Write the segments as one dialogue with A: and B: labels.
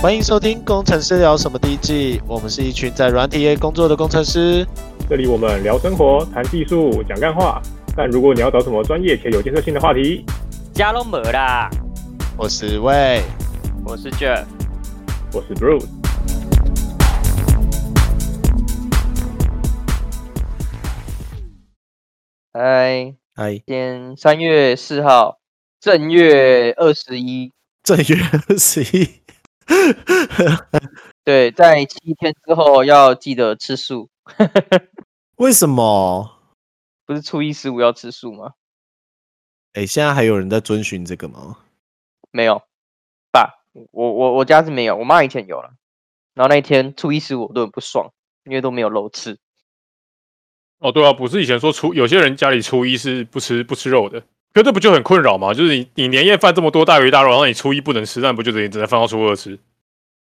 A: 欢迎收听《工程师聊什么》第一季，我们是一群在软体业工作的工程师。
B: 这里我们聊生活、谈技术、讲干话。但如果你要找什么专业且有建设性的话题，
C: 加隆没啦，
A: 我是魏，
C: 我是 Jeff，
B: 我是 Bruce。
C: 嗨，
A: 哎，
C: 今天三月四号，正月二十一，
A: 正月二十一，
C: 对，在七天之后要记得吃素，
A: 为什么？
C: 不是初一十五要吃素吗？
A: 哎，现在还有人在遵循这个吗？
C: 没有，爸，我我我家是没有，我妈以前有了，然后那一天初一十五我都很不爽，因为都没有肉吃，
D: 哦，对啊，不是以前说初有些人家里初一是不吃不吃肉的，可这不就很困扰吗？就是你你年夜饭这么多大鱼大肉，然后你初一不能吃，那不就等于只能放到初二吃？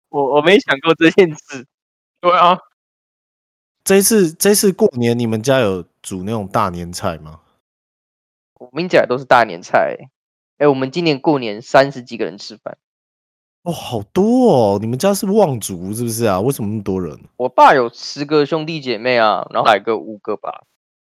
C: 我我没想过这件事，
D: 对啊，
E: 这一次这一次过年，你们家有煮那种大年菜吗？
C: 我们家都是大年菜、欸，哎、我们今年过年三十几个人吃饭。
E: 哦，好多哦！你们家是望族是不是啊？为什么那么多人？
C: 我爸有十个兄弟姐妹啊，然后来个五个吧，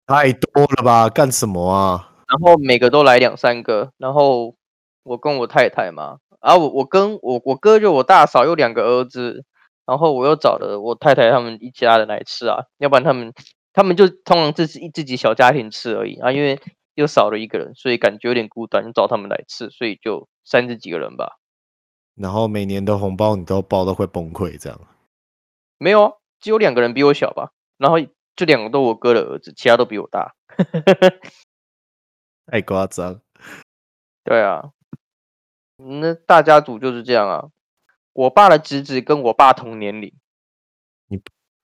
E: 太多了吧？干什么啊？
C: 然后每个都来两三个，然后我跟我太太嘛，啊我我跟我我哥就我大嫂有两个儿子，然后我又找了我太太他们一家人来吃啊，要不然他们他们就通常自己自己小家庭吃而已啊，因为又少了一个人，所以感觉有点孤单，就找他们来吃，所以就三十几个人吧，
E: 然后每年的红包你都包到会崩溃这样？
C: 没有啊，只有两个人比我小吧，然后就两个都我哥的儿子，其他都比我大，
E: 太夸张！
C: 对啊，嗯那大家族就是这样啊。我爸的侄子跟我爸同年龄，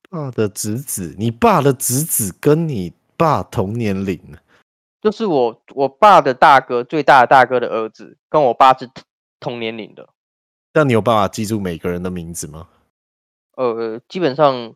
E: 爸的侄子，你爸的侄子跟你爸同年龄，
C: 就是我我爸的大哥最大的大哥的儿子，跟我爸是 t- 同年龄的。
E: 那你有办法记住每个人的名字吗？
C: 呃，基本上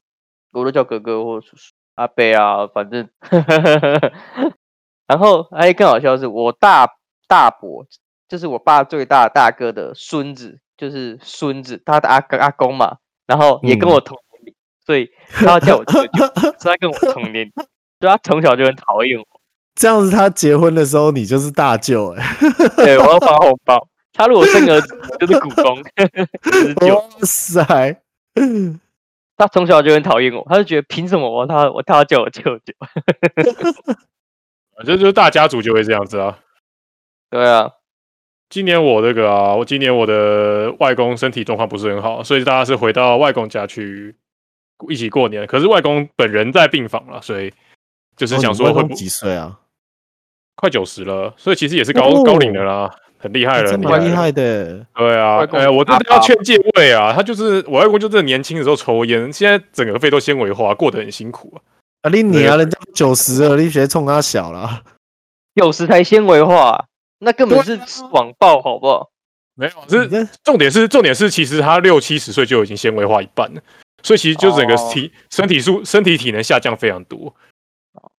C: 我都叫哥哥或叔叔阿伯啊，反正。 然后还更好笑的是，我大大伯就是我爸最大的大哥的孙子，就是孙子他的阿哥阿公嘛，然后也跟
E: 嗯
C: 我同年龄，所以他要叫我舅舅。所以他跟我同年，所以他从小就很讨厌我。
E: 这样子，他结婚的时候你就是大舅哎、
C: 对，我要发红包。他如果生儿子，我就是股 东。就是舅
E: 哇塞！
C: 他从小就很讨厌我，他就觉得凭什么我他我他要叫我舅舅？
D: 反正就是大家族就会这样子啊。
C: 对啊，
D: 今年我这个啊，我今年我的外公身体状况不是很好，所以大家是回到外公家去一起过年。可是外公本人在病房了，所以就是想
E: 哦
D: 说
E: 你外
D: 会
E: 公
D: 不
E: 几岁啊？
D: 快九十了，所以其实也是高、
E: 哦
D: 高龄的啦，很厉害了，啊
E: 这
D: 很
E: 蛮
D: 了
E: 厉害的。欸
D: 对啊，
C: 外公
D: 哎、我真的
C: 阿
D: 要
C: 爸
D: 劝戒位啊！他就是我外公，就是年轻的时候抽烟，现在整个肺都纤维化，过得很辛苦啊。
E: 啊，你你啊，
D: 对
E: 人家九十了，你学冲他小了。
C: 有时才纤维化，那根本是爽爆，好不好？
D: 没有，是
E: 你这
D: 重点是重点是，其实他六七十岁就已经纤维化一半了，所以其实就整个
C: 哦
D: 体、身体素身体体能下降非常多。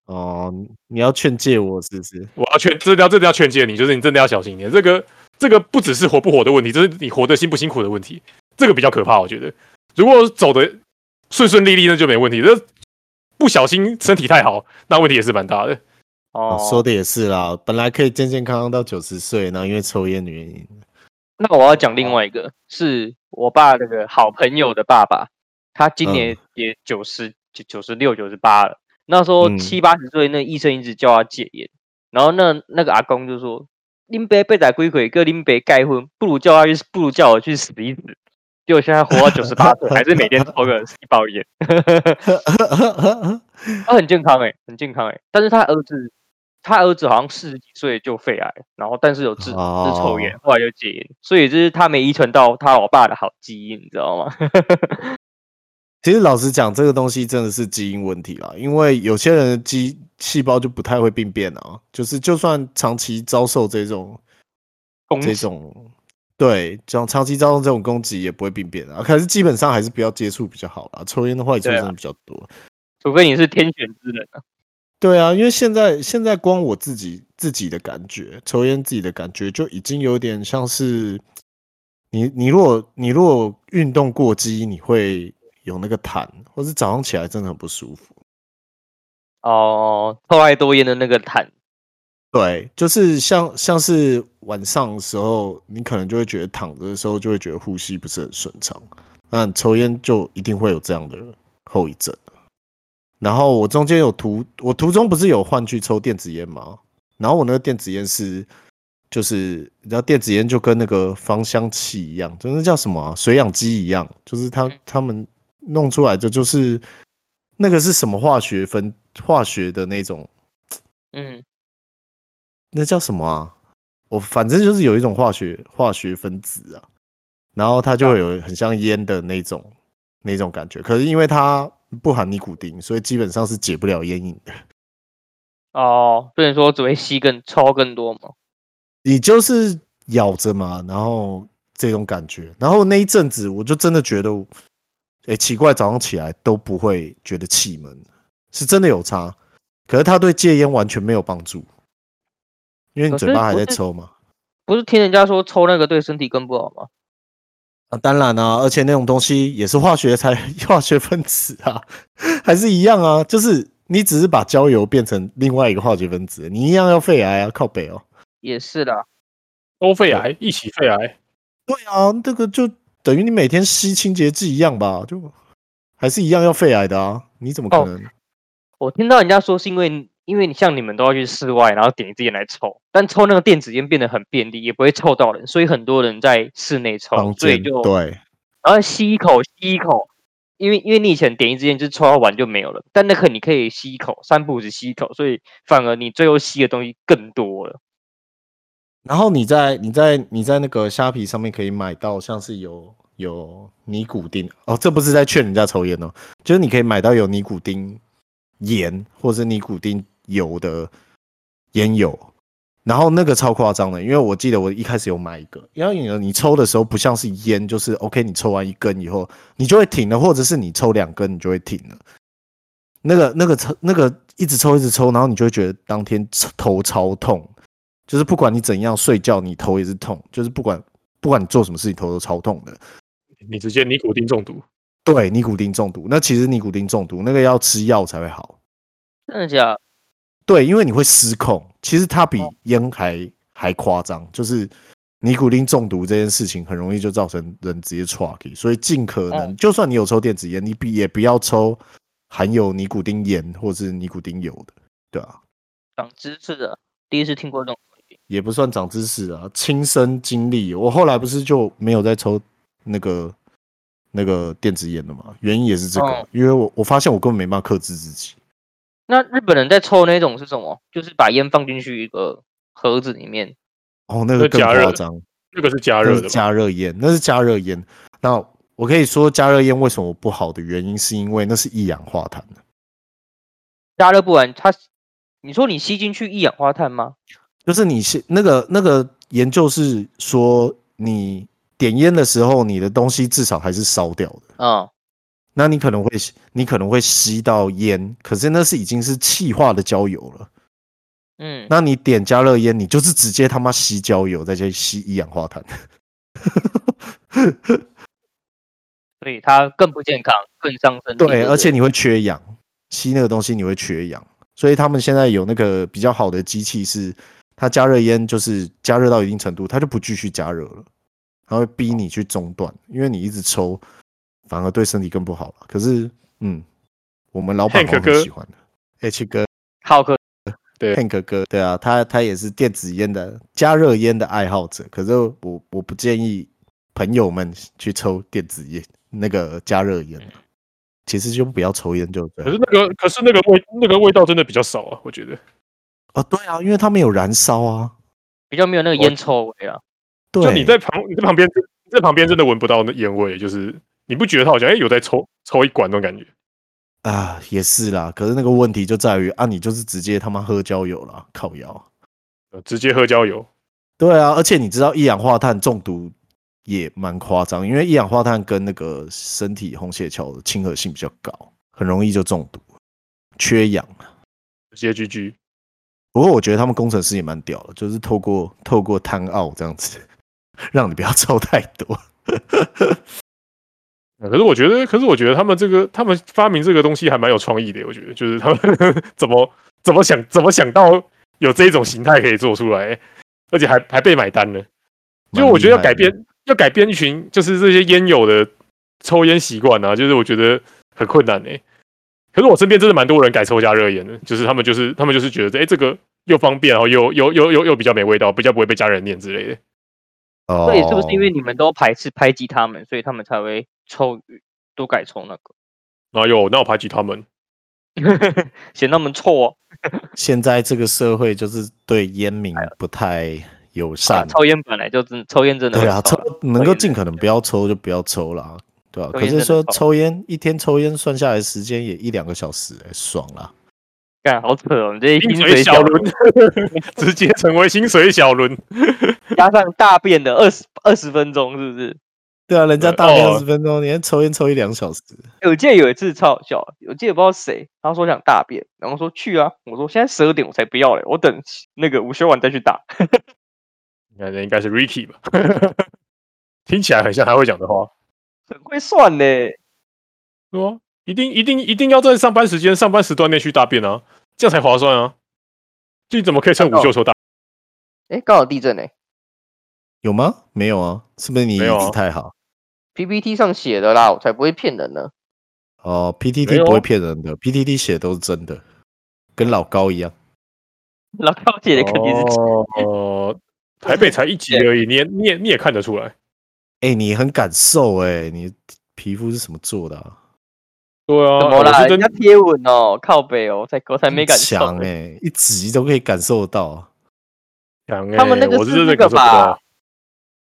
E: 哦，你要劝诫我是不是？
D: 我要劝，真的要真的要劝诫你，就是你真的要小心一点。这个这个不只是活不活的问题，这是你活得辛不辛苦的问题，这个比较可怕。我觉得，如果走的顺顺利利，那就没问题。这不小心身体太好，那问题也是蛮大的。
C: 哦
E: 哦，，说的也是啦，本来可以健健康康到九十岁，然后因为抽烟的原因，
C: 那我要讲另外一个，是我爸那个好朋友的爸爸，他今
E: 嗯
C: 年也九十九九十六九十八了，那时候
E: 嗯
C: 七八十岁，那医生一直叫他戒烟，然后那那个阿公就说：“林北被打归鬼，跟林北盖婚，不如叫他去，不如叫我去死一死。”结果现在活到九十八岁，还是每天抽个一包烟，他很健康哎、很健康哎、但是他儿子，他儿子好像四十几岁就肺癌，然后但是有治治
E: 哦
C: 抽烟，后来就戒烟，所以就是他没遗传到他老爸的好基因，你知道吗？
E: 其实老实讲，这个东西真的是基因问题啦，因为有些人的基细胞就不太会病变啊，就是就算长期遭受这种
C: 攻
E: 这
C: 击
E: 种，对，长长期遭受这种攻击也不会病变啊，可是基本上还是不要接触比较好啦，抽烟的坏处
C: 对啊
E: 真的比较多。
C: 除非你是天选之人啊，
E: 对啊，因为现在现在光我自己自己的感觉，抽烟自己的感觉就已经有点像是你你如果你如果运动过激，你会有那个痰，或是早上起来真的很不舒服。
C: 哦，透爱多烟的那个痰，
E: 对，就是像像是晚上的时候，你可能就会觉得躺着的时候就会觉得呼吸不是很顺畅。那你抽烟就一定会有这样的后遗症。然后我中间有途，我途中不是有换去抽电子烟吗？然后我那个电子烟是，就是你知道电子烟就跟那个芳香器一样，就是叫什么啊、水氧机一样，就是它他们弄出来的就是那个是什么化学分化学的那种
C: 嗯，
E: 那叫什么啊？我反正就是有一种化学化学分子啊，然后它就
C: 嗯
E: 会有很像烟的那种那种感觉。可是因为它不含尼古丁，所以基本上是解不了烟瘾的。
C: 哦，所以说只会吸更抽更多嘛。
E: 你就是咬着嘛，然后这种感觉。然后那一阵子，我就真的觉得，哎、奇怪，早上起来都不会觉得气闷，是真的有差。可是它对戒烟完全没有帮助，因为你
C: 可
E: 嘴
C: 是
E: 巴还
C: 不
E: 在
C: 是
E: 抽嘛。
C: 不是听人家说抽那个对身体更不好吗？
E: 啊，当然啊，而且那种东西也是化学才 化学分子啊， 还是一样啊，就是你只是把焦油变成另外一个化学分子，你一样要肺癌啊，靠北哦。
C: 也是啦，
D: 都肺癌一起肺癌，
E: 对啊，这个就等于你每天吸清洁剂一样吧，就还是一样要肺癌的啊，你怎么可
C: 哦
E: 能？
C: 我听到人家说是因为因为你像你们都要去室外，然后点一支烟来抽，但抽那个电子烟变得很便利，也不会臭到人，所以很多人在室内抽
E: 房，
C: 所以
E: 间
C: 就
E: 对，
C: 然后吸一口，吸一口，因为因为你以前点一支烟就是抽到完就没有了，但那个你可以吸一口，三不五时吸一口，所以反而你最后吸的东西更多了。
E: 然后你在你在你在那个虾皮上面可以买到像是有有尼古丁哦，这不是在劝人家抽烟哦，就是你可以买到有尼古丁盐或者尼古丁油的烟油，然后那个超夸张的，因为我记得我一开始有买一个，因为你你抽的时候不像是烟，就是 OK，你抽完一根以后你就会停了，或者是你抽两根你就会停了。那个、那个抽、那个一直抽、一直抽，然后你就会觉得当天头超痛，就是不管你怎样睡觉，你头也是痛，就是不管不管你做什么事情，头都超痛的。
D: 你直接尼古丁中毒，
E: 对，尼古丁中毒，那其实尼古丁中毒那个要吃药才会好。
C: 真的假的？
E: 对，因为你会失控，其实它比
C: 哦
E: 烟还还夸张，就是尼古丁中毒这件事情很容易就造成人直接 t r u c 所以尽可能，就算你有抽电子烟，你比也不要抽含有尼古丁盐或是尼古丁油的，对啊。
C: 长知识的，第一次听过这种。
E: 也不算长知识啊，亲身经历。我后来不是就没有再抽那个那个电子烟了嘛？原因也是这个，
C: 哦
E: 因为我我发现我根本没办法克制自己。
C: 那日本人在抽那种是什么？就是把烟放进去一个盒子里面，
E: 哦，那个
D: 那
E: 更
D: 加热
E: 夸张，
D: 这个是加
E: 加
D: 热的嘛？
E: 加热烟，那是加热烟。那我可以说加热烟为什么不好的原因，是因为那是一氧化碳。
C: 加热不完，它你说你吸进去一氧化碳吗？
E: 就是你是那个那个研究是说，你点烟的时候，你的东西至少还是烧掉的。
C: 嗯，
E: 那你可能会吸你可能会吸到烟，可是那是已经是气化的焦油了。
C: 嗯，
E: 那你点加热烟，你就是直接他妈吸焦油，再去吸一氧化 碳。
C: 所以它更不健康，更伤身体。
E: 对，
C: 不
E: 而且你会缺氧，吸那个东西你会缺氧，所以他们现在有那个比较好的机器是，它加热烟就是加热到一定程度，它就不继续加热了，它会逼你去中断，因为你一直抽，反而对身体更不好了。可是，嗯，我们老板
D: Hank
E: 好像
D: 哥
E: 很喜欢的，H 哥。
C: 好可
E: Hank 哥，对啊，他他也是电子烟的加热烟的爱好者，可是我我不建议朋友们去抽电子烟那个加热烟，其实就不要抽烟就对
D: 嗯可
E: 了
D: 是。那个可是那个味那个味道真的比较少啊，我觉得。
E: 哦，对啊，因为他们有燃烧啊，
C: 比较没有那个
D: 我
C: 烟臭味啊。
E: 对，
D: 就你在旁你在旁边你在旁边真的闻不到那烟味，就是你不觉得他好像哎、有在抽抽一管那种感觉？
E: 啊也是啦，可是那个问题就在于啊，你就是直接他妈喝焦油啦，靠药。
D: 呃直接喝焦油，
E: 对啊，而且你知道一氧化碳中毒也蛮夸张，因为一氧化碳跟那个身体红血球的亲和性比较高，很容易就中毒，缺氧。
D: 直接 GG。
E: 不过我觉得他们工程 师也蛮屌的，就是透过透过贪奥这样子，让你不要抽太多。
D: 呃可是我觉得，可是我觉得他们这个，他们发明这个东西还蛮有创意的。我觉得，就是他们 怎么怎么想，怎么想到有这种形态可以做出来，而且还还被买单了。就我觉得要改变，要改变一群就是这些烟友的抽烟习惯啊，就是我觉得很困难哎、可是我身边真的蛮多人改抽加热烟的，就是他们就是他们就是觉得，哎、这个又方便，然后又又又又又比较没味道，比较不会被家人念之类的。
E: 哦，
C: 所以是不是因为你们都排斥排挤他们，所以他们才会抽都改抽那
D: 然后又那我排挤他们，
C: 个， 嫌他们臭哦，
E: 现在这个社会就是对烟民不太友善？
C: 哎啊抽烟本来就真抽烟真的
E: 对啊，
C: 很
E: 抽
C: 臭
E: 能够
C: 烟
E: 尽
C: 真
E: 可
C: 的
E: 能不要抽就不要抽啦，对吧、啊
C: 抽
E: 可
C: 烟真
E: 是
C: 的
E: 说
C: 不好
E: 抽烟一天抽烟算下来时间也一两个小时、欸，爽啦。
C: 干好扯哦，你这些
D: 薪
C: 薪
D: 水
C: 水
D: 小
C: 小
D: 轮， 直接成为薪水小轮。
C: 加上大便的二十二十分钟是不是？
E: 对啊，人家
D: 对
E: 大便
D: 哦
E: 二十分钟，你还抽烟抽一两小时，
C: 欸我记得有一次超好笑，我记得不知道谁，他说想大便，然后说去啊，我说现在十二点我才不要嘞，我等那个午休完再去打。
D: 那那应该是 Ricky 吧？ 听起来很像他会讲的话，
C: 很会算嘞，
D: 对啊，一定一定一定要在上班时间、上班时段内去大便啊，这样才划算啊！就你怎么可以趁午休抽大？
C: 哎、刚好地震嘞
E: 有吗？没有啊，是不是你椅
D: 没有啊
E: 子太好？
C: ，PPT 上写的啦，我才不会骗人呢。
E: 哦
D: 没有
E: ，PTT
D: 啊
E: 不会骗人的，PTT 写的都是真的，跟老高一样。
C: 老高写的肯定是
D: 哦，台北才一集而已，你也你也你也看得出来？
E: 哎、你很感受哎、你皮肤是什么做的、啊？
D: 对啊，
C: 怎么
D: 我
C: 啦？
D: 是
C: 人
D: 真
C: 家贴文哦，靠北哦，我才我才没欸感受
E: 强哎、
C: 嘞。
E: 一集都可以感受到。啊
D: 强欸
C: 他们那个
D: 我
C: 是
D: 真
C: 那
D: 的
C: 个
D: 感受不
C: 吧
D: 到。？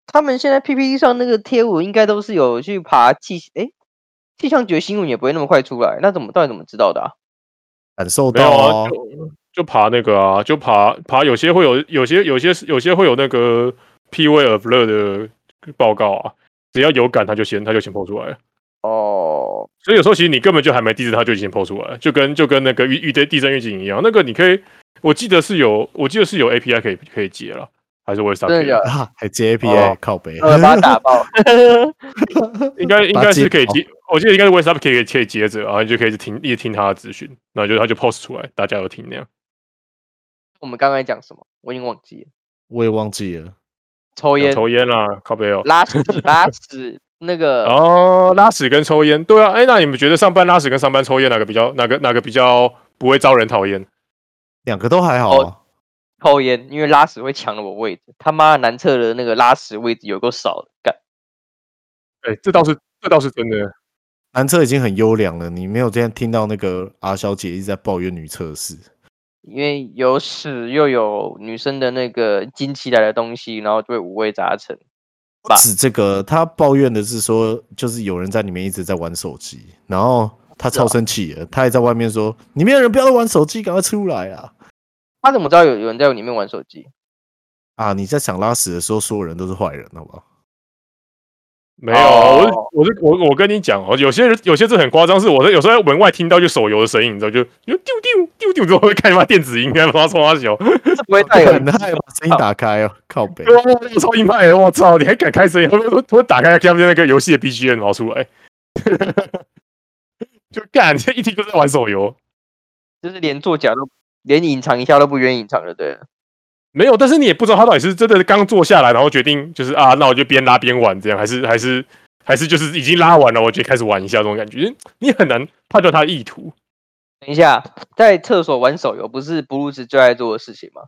C: 他们现在 PPT 上那个贴文应该都是有去爬气哎气象局的新闻也不会那么快出来，那怎么到底怎么知道的啊？
E: 感受
D: 没有
E: 到哦，，
D: 啊就就爬那个啊，就爬爬，有些会有，有些有些有些会有那个 P V of l 的报告啊，只要有感他就先他就先抛出来了。
C: 哦，
D: 所以有时候其实你根本就还没地震，它就已经抛出来了，就跟就跟那个预预地地震预警一样，那个你可以，我记得是有我记得是有 API 可以可以接了，还是我也是
C: 真的假 的？
E: 啊，还接 API、
D: 哦
E: 靠北，
C: 呃，把他打 爆。
D: 应该应
E: 把它
D: 该是
E: 接
D: 可以
E: 好
D: 接，我记得应该是 WhatsApp 可以可以接着，然后你就可以一直听一直听他的资讯，然后就他就 post 出来，大家有听那样。
C: 我们刚才讲什么？我已经忘记了。
E: 我也忘记了。
C: 抽烟、
D: 抽烟啦，靠背哦。
C: 拉屎、拉屎，那个、
D: 哦，拉屎跟抽烟，对啊，哎，那你们觉得上班拉屎跟上班抽烟哪个比较哪个哪个比较不会招人讨厌？
E: 两个都还好、
D: 哦
E: 啊，
C: 抽烟，因为拉屎会抢了我位置。他妈男厕的那个拉屎位置有够少的，干
D: 哎，这倒是这倒是真的，
E: 男厕已经很优良了。你没有今天听到那个阿小姐一直在抱怨女厕的事，
C: 因为有屎又有女生的那个经期来的东西，然后就会五味杂陈。
E: 不止这个，她抱怨的是说，就是有人在里面一直在玩手机，然后她
C: 啊
E: 超生气了，她还在外面说，里面的人不要再玩手机，赶快出来啊！
C: 他怎么知道有有人在里面玩手机？
E: 啊，你在想拉屎的时候，所有人都是坏人，好不好？
D: 没有，我是
C: 哦
D: 我是我我跟你讲哦，有些人有些这很夸张，是我在有时候在门外听到就手游的声音，你知道就就丢丢丢丢，之后会看他妈电子音，该妈冲他 小，
C: 这
D: 哦
C: 不会
E: 她
C: 太有
E: 还把声音打开哦，靠北。
C: 啊
D: 哇超硬派的，我操，你还敢开声 音？我我我打开下面那个游戏的 BGM 然后出来， 就干，这一听就在玩手游。
C: 就是连作假都连隐藏一下都不愿意隐藏的，对了。
D: 没有，但是你也不知道他到底是真的刚坐下来，然后决定就是啊，那我就边拉边玩这样，还是还是还是就是已经拉完了，我就开始玩一下这种感觉，你很难判断他的意图。
C: 等一下，在厕所玩手游不是布鲁斯最爱做的事情吗？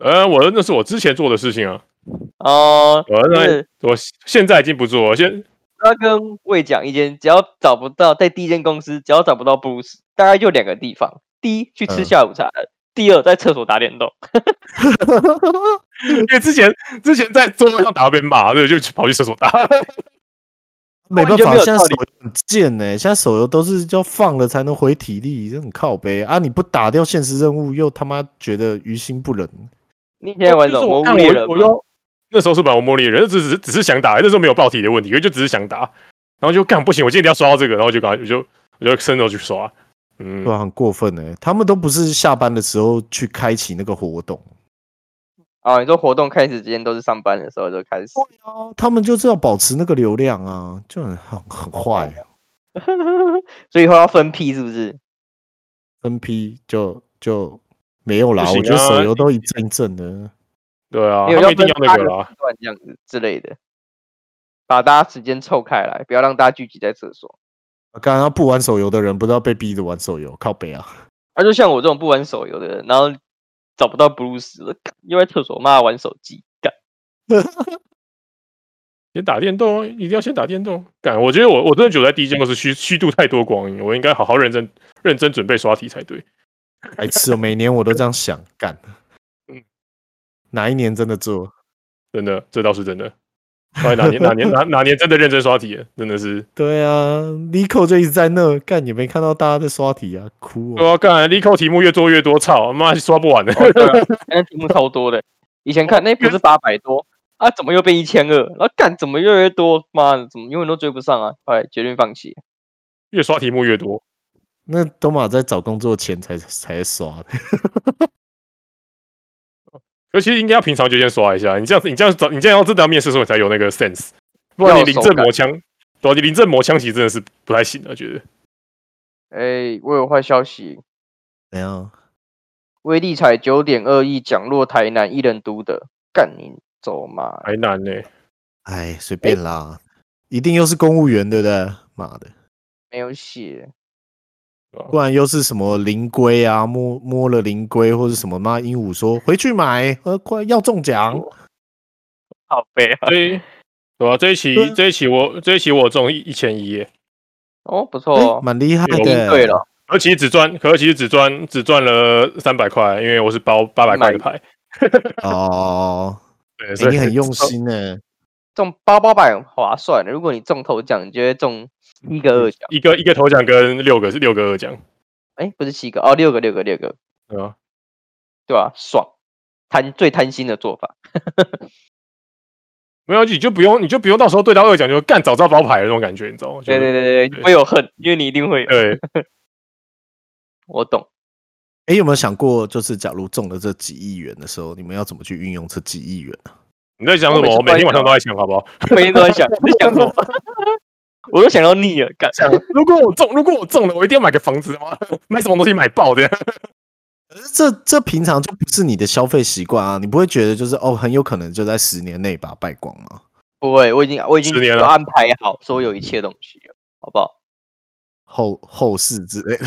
D: 呃，我那是我之前做的事情啊，
C: 哦、
D: 我
C: 就
D: 那
C: 是
D: 我现现在已经不做了，现
C: 他跟魏讲一间，只要找不到在第一间公司，只要找不到布鲁斯，大概就两个地方：第一，去吃
E: 嗯
C: 下午茶；第二，在厕所打电动。
D: 因为之前之前在座位上打到被骂，对，就去跑去厕所打。
E: 没办
C: 根本就
E: 法，
C: 没有
E: 现在
C: 道
E: 手
C: 理
E: 游很贱呢、现在手游都是要放了才能回体力，这很靠背啊！你不打掉现实任务，又他妈觉得于心不忍。
C: 你现在玩 什么？魔物猎人
D: 哦我
C: 吗
D: 又那时候是玩《魔力人》，那只是只是想打，那时候没有报题的问题，因为就只是想打，然后就干不行，我今天一定要刷到这个，然后就赶快我就我就伸手去刷，嗯
E: 对，欸啊，很过分呢、他们都不是下班的时候去开启那个活动，
C: 哦，你说活动开始之前都是上班的时候就开始，
E: 哦，他们就是要保持那个流量啊，就很很很坏、
D: 啊
C: 所以以后要分批是不是？
E: 分批就就没有啦。
D: 不行啊
E: 我觉得手游都一阵一阵的，
D: 对啊，
C: 没有
D: 他们一
C: 分
D: 定要那
C: 八
D: 个
C: 个
D: 啦。
C: 时段这样子之类的，把大家时间凑开来，不要让大家聚集在厕所。
E: 刚刚不玩手游的人，不知道被逼着玩手游，靠北 啊！
C: 啊，就像我这种不玩手游的人，然后找不到 Bruce 了，干又在厕所骂玩手机，干
D: 先打电动，啊，一定要先打电动。干，我觉得我我真的觉得我在第一阶段是虚虚度太多光阴，我应该好好认真认真准备刷题才对。
E: 白痴哦，每年我都这样想，干，
D: 嗯
E: 哪一年真的做？
D: 真的，这倒是真的。后来哪年哪年哪哪年真的认真刷题了，真的是。
E: 对啊，Nico 就一直在那干，也没看到大家在刷题啊，哭
D: 对
E: 哦。
D: 啊，干立扣题目越做越多，操，妈刷不完的。
C: 那啊题目超多的。以前看那不是八百多啊，怎么又变一千二？然后干怎么越来越多？妈的，怎么永远都追不上啊？后来决定放弃。
D: 越刷题目越多。
E: 那东马在找工作前才才刷的，
D: 尤其实应该要平常就先刷一下。你这样子，你这样找，你这样要真的要面试的时候，你才有那个 sense。不然你
C: 要有
D: 临
C: 手
D: 阵
C: 感
D: 磨枪，对、啊，你临阵磨枪其实真的是不太行啊，觉得。
C: 哎、我有坏消息，
E: 怎样？
C: 威力彩九点二亿奖落台南，一人独得，干你走嘛！
D: 还难呢、
E: 哎，随便啦，一定又是公务员，对不对？妈的，
C: 没有写，
E: 不然又是什么灵龟啊，摸摸了灵龟或者什么妈鹦鹉说回去买，呃，快要中奖，
C: 好悲啊！
D: 所以， 对啊，这
E: 对啊
D: 一期这一期我这一期我中一一千一耶，
C: 哦，不错
E: 哎
C: 哦，
E: 蛮啊厉害
D: 有
E: 的。
C: 对，了，
D: 可其实只赚，可其实只赚只赚了三百块，因为我是包八百块的牌。
E: 哦，
D: 对，
E: 哎
D: 所以
E: 你很用。心呢、
C: 中八八百很划算的。如果你中头奖，你就会中一个二奖，
D: 一个一个头奖跟六个是六个二奖，
C: 哎、不是七个哦，六个六个六个，
D: 对啊，
C: 对吧、爽，贪最贪心的做法。
D: 没有啊你就不用你就不用到时候对到二奖就干早知道包牌的那种感觉，你知道吗？
C: 对对对
D: 对
C: 对，会有恨，因为你一定会有。
D: 对，
C: 我懂，
E: 哎、有没有想过，就是假如中了这几亿元的时候，你们要怎么去运用这几亿元？啊
D: 你在想什
C: 我每
D: 么？
C: 次
D: 我每
C: 都在
D: 天晚上
C: 想
D: 都在想，好不好？
C: 每天都在想，在想什 么？我都想到腻了，干。
D: 想，如果我中，如果我中了，我一定要买个房子吗？ 买什么东西买爆的？
E: 可是这这平常就不是你的消费习惯啊，你不会觉得就是哦，很有可能就在十年内把它败光吗？
C: 不会，我已经我已经
D: 十年
C: 有
D: 了
C: 安排好所有一切东西了，好不好？
E: 后后世之类的，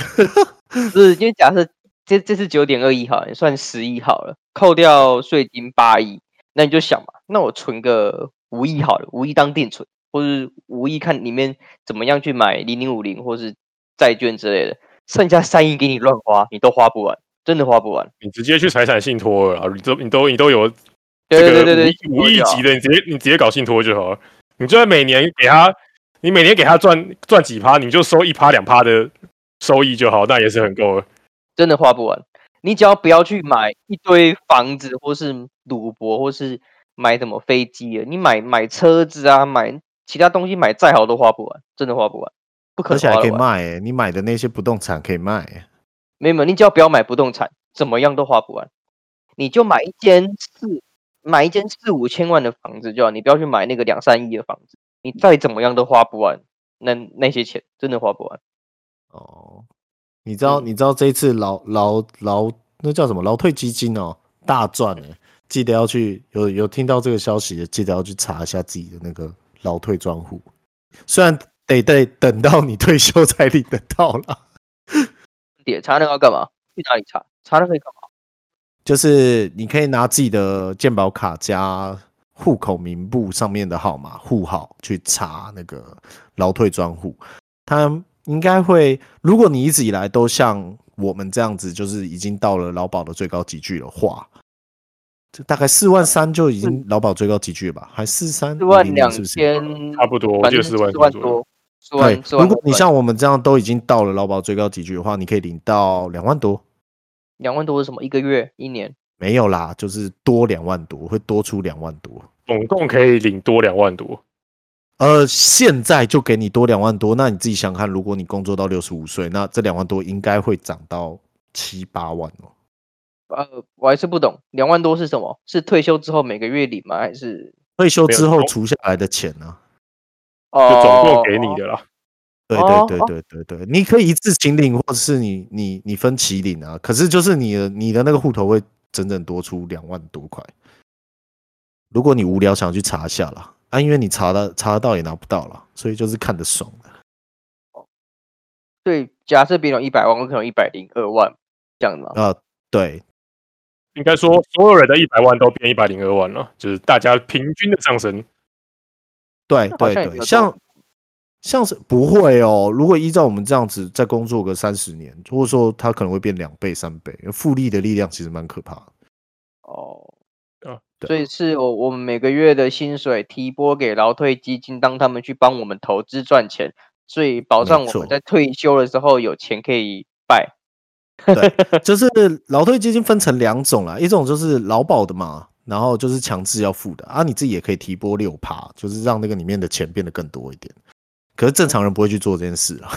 C: 就是因为假设这这是九点二亿好了，你算十亿好了，扣掉税金八亿，那你就想嘛，那我存个五亿好了，五亿当定存，或是五亿看里面怎么样去买零零五零或是债券之类的，剩下三亿给你乱花，你都花不完，真的花不完。
D: 你直接去财产信托了啊，你都你都你都有这
C: 对对
D: 个
C: 对对对，
D: 五亿五亿级
C: 的，
D: 的，你直接你直接搞信托就好了。你就在每年给他，你每年给他赚赚几趴，你就收一趴两趴的收益就好，那也是很够了。
C: 真的花不完。你只要不要去买一堆房子，或是赌博，或是买什么飞机了，你买买车子啊，买其他东西，买再好都花不完，真的花不完，不可
E: 而且
C: 能
E: 还
C: 花
E: 可以
C: 得完。
E: 卖、欸，你买的那些不动产可以卖、欸。
C: 没有没有，你只要不要买不动产，怎么样都花不完。你就买一间四买一间四五千万的房子就好，你不要去买那个两三亿的房子，你再怎么样都花不完。那那些钱真的花不完，
E: 哦，你知道，你知道这一次劳劳劳那叫什么劳退基金哦，大赚哎、记得要去有有听到这个消息的，记得要去查一下自己的那个劳退专户，虽然得得等到你退休才领得到啦，
C: 点查那个要干嘛？去哪里查？查那个干嘛？
E: 就是你可以拿自己的健保卡加户口名簿上面的号码户号去查那个劳退专户，它应该会，如果你一直以来都像我们这样子，就是已经到了劳保的最高级距的话，这大概四万三就已经劳保最高级距了吧？还四三
C: 四万两
E: 是不是？
C: 千
D: 差不多，我
C: 反
D: 记
C: 正
D: 得
C: 四
D: 四万
C: 万
D: 左右。
C: 多，四
E: 对
C: 万，四万
E: 如
C: 多
E: 果你
C: 块。
E: 像我们这样都已经到了劳保最高级距的话，你可以领到两万多。
C: 两万多是什么？一个月、一年？
E: 没有啦，就是多两万多，会多出两万多。
D: 总共可以领多两万多。
E: 呃，现在就给你多两万多，那你自己想看，如果你工作到六十五岁，那这两万多应该会涨到七八万哦。
C: 呃，我还是不懂，两万多是什么？是退休之后每个月领吗？还是
E: 退休之
D: 没
E: 后
D: 有
E: 除下来的钱呢、
C: 哦，
D: 就总共给你的啦。
E: 对
C: 哦
E: 对对对对对，你可以一次请领，或者是你你你分期领啊。可是就是你的你的那个户头会整整多出两万多块。如果你无聊想去查一下啦，啊，因为你查的查得到也拿不到了，所以就是看得爽的。
C: 对，假设别人一百万，我可能一百零二万这样子嘛。
E: 啊、对，
D: 应该说，所有人的一百万都变一百零二万了，就是大家平均的上升。
E: 对
C: 好
E: 对
C: 像也没有
E: 对，像
C: 多
E: 像是不会哦。如果依照我们这样子再工作个三十年，或者说它可能会变两倍三倍，复利的力量其实蛮可怕的。
C: 哦，
D: 啊
E: 对
C: 所以是我我们每个月的薪水提拨给劳退基金，当他们去帮我们投资赚钱，所以保
E: 没
C: 障我
E: 错
C: 们在退休的时候有钱可以败。
E: 就是劳退基金分成两种啦，一种就是劳保的嘛，然后就是强制要付的啊，你自己也可以提拨六趴，就是让那个里面的钱变得更多一点。可是正常人不会去做这件事啊，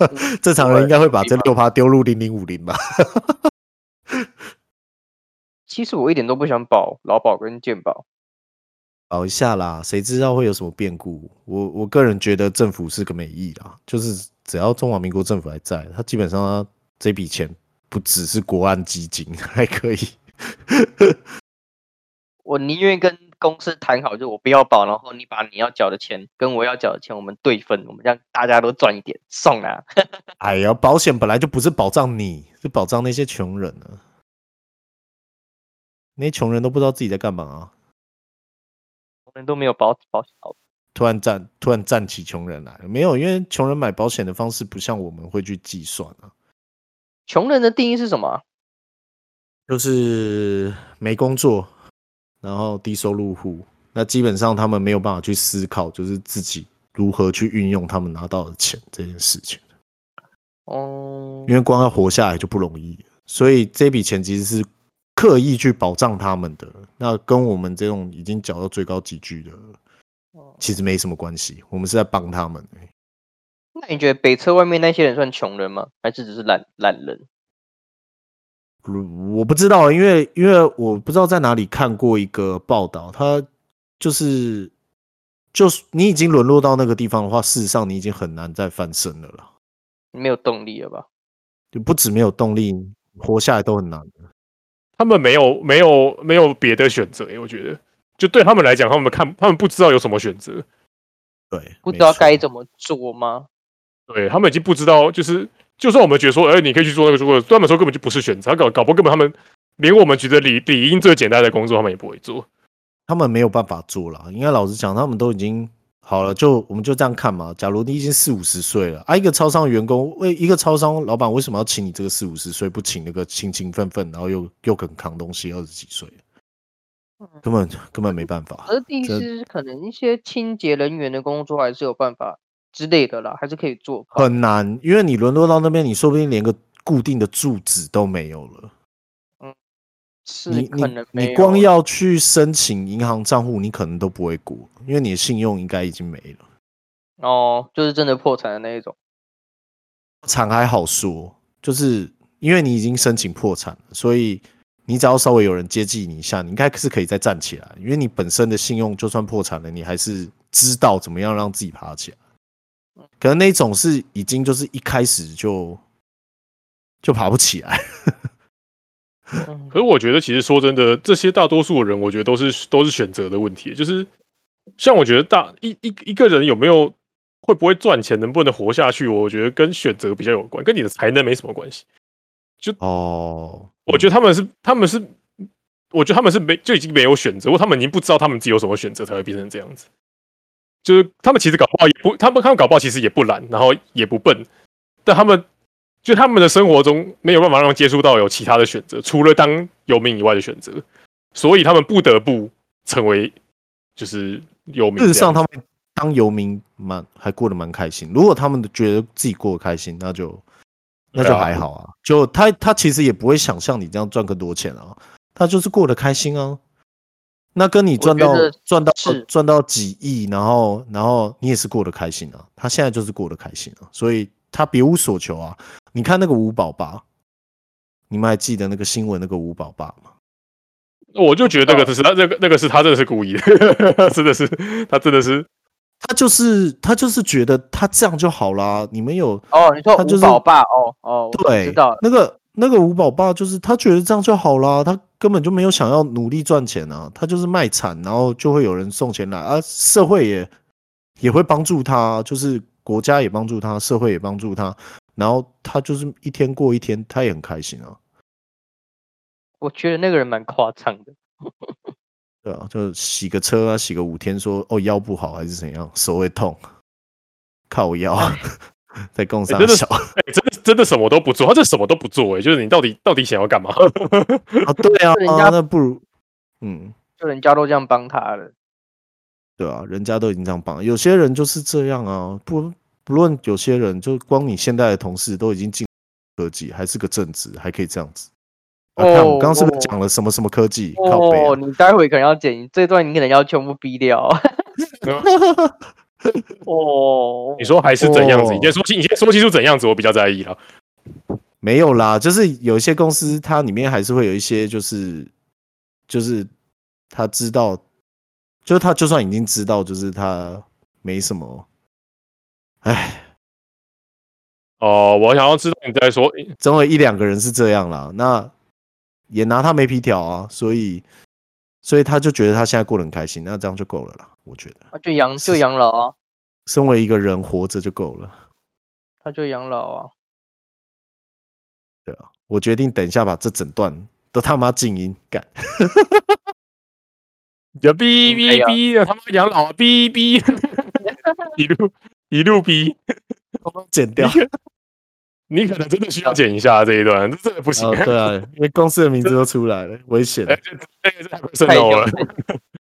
C: 嗯
E: 正常人应该会把这六趴丢入零零五零吧？
C: 其实我一点都不想保劳保跟健保。
E: 保一下啦，谁知道会有什么变故？我我个人觉得政府是个美意啦，就是只要中华民国政府还在，他基本上他这笔钱不只是国安基金， 还可以
C: 我宁愿跟公司谈好，就是我不要保，然后你把你要缴的钱跟我要缴的钱我们对分，我们让大家都赚一点，送啊！
E: 哎呀，保险本来就不是保障你，是保障那些穷人啊。那些穷人都不知道自己在干嘛啊！
C: 我们都没有保保保
E: 突然站，突然站起穷人来了，没有，因为穷人买保险的方式不像我们会去计算啊，
C: 穷人的定义是什么啊？
E: 就是没工作，然后低收入户，那基本上他们没有办法去思考，就是自己如何去运用他们拿到的钱这件事情。
C: 哦、
E: 因为光要活下来就不容易，所以这笔钱其实是刻意去保障他们的。那跟我们这种已经缴到最高级距的，其实没什么关系。我们是在帮他们、
C: 那你觉得北车外面那些人算穷人吗？还是只是懒懒人？
E: 如我不知道，因为因为我不知道在哪里看过一个报道，他就是就是你已经沦落到那个地方的话，事实上你已经很难再翻身了啦。
C: 没有动力了吧？
E: 就不止没有动力，活下来都很难。
D: 他们没有没有没有别的选择耶，我觉得，就对他们来讲，他们看他们不知道有什么选择，
E: 对，
C: 不知道
E: 没错
C: 该怎么做吗？
D: 对他们已经不知道，就是就算我们觉得说，哎、你可以去做那个做那个，对他们说根本就不是选择，他搞搞不好根本他们连我们觉得理理应最简单的工作，他们也不会做。
E: 他们没有办法做了。应该老实讲，他们都已经好了，就我们就这样看嘛。假如你已经四五十岁了，啊，一个超商的员工为一个超商老板为什么要请你这个四五十岁，不请那个勤勤奋奋，然后又又肯扛东西二十几岁
C: 嗯
E: 的，根本根本没办法。
C: 而第
E: 这
C: 是可能一些清洁人员的工作还是有办法之类的啦，还是可以做吧。
E: 很难，因为你沦落到那边，你说不定连个固定的住址都没有了。
C: 是
E: 你
C: 可
E: 你
C: 能没
E: 你光
C: 有
E: 要去申请银行账户，你可能都不会过，因为你的信用应该已经没了。
C: 哦，就是真的破产的那一种。
E: 产还好说，就是因为你已经申请破产了，所以你只要稍微有人接济你一下，你应该是可以再站起来。因为你本身的信用就算破产了，你还是知道怎么样让自己爬起来。可能那种是已经就是一开始就就爬不起来，
C: 嗯
D: 可是我觉得，其实说真的，这些大多数人，我觉得都是都是选择的问题。就是像我觉得大一一一个人有没有会不会赚钱，能不能活下去，我觉得跟选择比较有关，跟你的才能没什么关系。
E: 哦。
D: 我觉得他们是他们是，我觉得他们是没就已经没有选择，或他们已经不知道他们自己有什么选择，才会变成这样子。就是他们其实搞不好也不，他们他们搞不好其实也不懒，然后也不笨，但他们就他们的生活中没有办法让接触到有其他的选择，除了当游民以外的选择，所以他们不得不成为就是游民这样。
E: 事实上，他们当游民蛮还过得蛮开心。如果他们觉得自己过得开心，那就那就
D: 对啊
E: 还好啊。就他他其实也不会想像你这样赚更多钱啊，他就是过得开心啊。那跟你
C: 我
E: 赚
C: 觉
E: 到
C: 得
E: 赚到
C: 是
E: 赚到几亿，然后然后你也是过得开心啊。他现在就是过得开心啊，所以他别无所求啊。你看那个吴宝吧，你们还记得那个新闻那个吴宝爸吗？
D: 我就觉得那个
E: 哦
D: 是他，那个那个是他真的是 故意的，真的是他真的是
E: 他就是他就是觉得他这样就好啦。你们有
C: 哦，你说
E: 他就是
C: 五宝爸哦哦，我
E: 对
C: 知道了，
E: 那个那个吴宝爸就是他觉得这样就好啦，他根本就没有想要努力赚钱啊，他就是卖惨，然后就会有人送钱来啊，社会也也会帮助他，就是国家也帮助他，社会也帮助他，然后他就是一天过一天，他也很开心啊。
C: 我觉得那个人蛮夸张的，
E: 对啊，就洗个车啊，洗个五天说哦腰不好还是怎样，手会痛，靠腰啊，
C: 哎
E: 在共
D: 真
E: 商
D: 的是
E: 小啊，
D: 哎、真的真的什么都不做，他这什么都不做、哎，就是你到底到底想要干嘛？
E: 对 啊，
C: 人
E: 啊
C: 家
E: 那不如嗯，
C: 就人家都这样帮他了，
E: 对啊，人家都已经这样帮了，有些人就是这样啊，不不论有些人，就光你现在的同事都已经进科技，还是个正职，还可以这样子。啊、看我
C: 哦
E: 刚刚是不
C: 哦
E: 是讲了什么什么科技？靠背、啊
C: 哦， 你待会可能要剪，这段你可能要全部逼掉。哦，
D: 你说还是怎样子？
E: 哦
D: 你先说清，你先说清楚怎样子，我比较在意了。
E: 没有啦，就是有一些公司它里面还是会有一些，就是就是他知道，就是他就算已经知道，就是他没什么，哎，
D: 哦、我想要知道你在说，
E: 总有一两个人是这样啦，那也拿他没皮条啊，所以所以他就觉得他现在过得很开心，那这样就够了啦，我觉得，
C: 他就养就是养老啊，
E: 身为一个人活着就够了。
C: 他就养老啊。
E: 我决定等一下把这整段都他妈静音干。嗯
D: 你逼
C: 哎
D: 逼
C: 呀
D: 逼的，他妈养老啊逼逼， 一路一路逼，
E: 剪掉，
D: 你可能真的需要剪一下这一段，这真的不行
E: 哦，，对啊，因为公司的名字都出来了，危险啊
D: 哎、，这 这这太深奥了，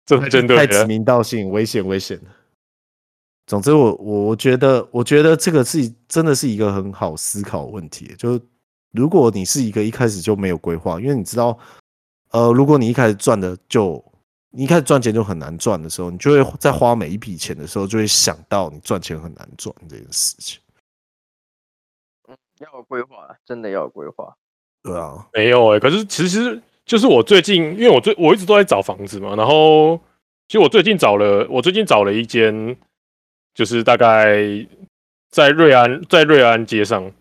D: 这太针对
E: 太指
D: 了。
E: 名道姓，危险，危险。总之我，我我觉得，我觉得这个是真的是一个很好思考的问题。就是如果你是一个一开始就没有规划，因为你知道，呃，如果你一开始赚的就你一开始赚钱就很难赚的时候，你就
D: 啊
E: 会在花每一笔钱的时候，就会想到你赚钱很难赚这件事情。
C: 要有规划啊，真的要有规划。
E: 对啊，
D: 没有哎、可是其实就是我最近，因为我最我一直都在找房子嘛，然后其实我最近找了，我最近找了一间，就是大概在瑞安，在瑞安街上，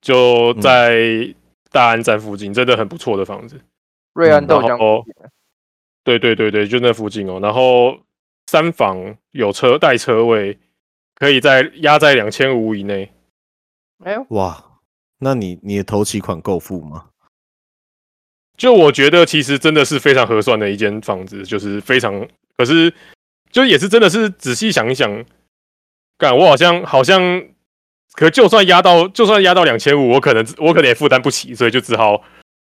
D: 就在大安站附近，真的很不错的房子。
C: 瑞安
E: 嗯
C: 豆
D: 然
C: 浆
D: 后
C: 附近
D: 对对对对，就那附近哦。然后三房有车带车位，可以在压在两千五以内。
C: 哎呦，
E: 哇，那你你的头期款够付吗？
D: 就我觉得其实真的是非常合算的一间房子，就是非常，可是就也是真的是仔细想一想，干我好像好像，可就算压到就算压到两千五，我可能我可能也负担不起，所以就只好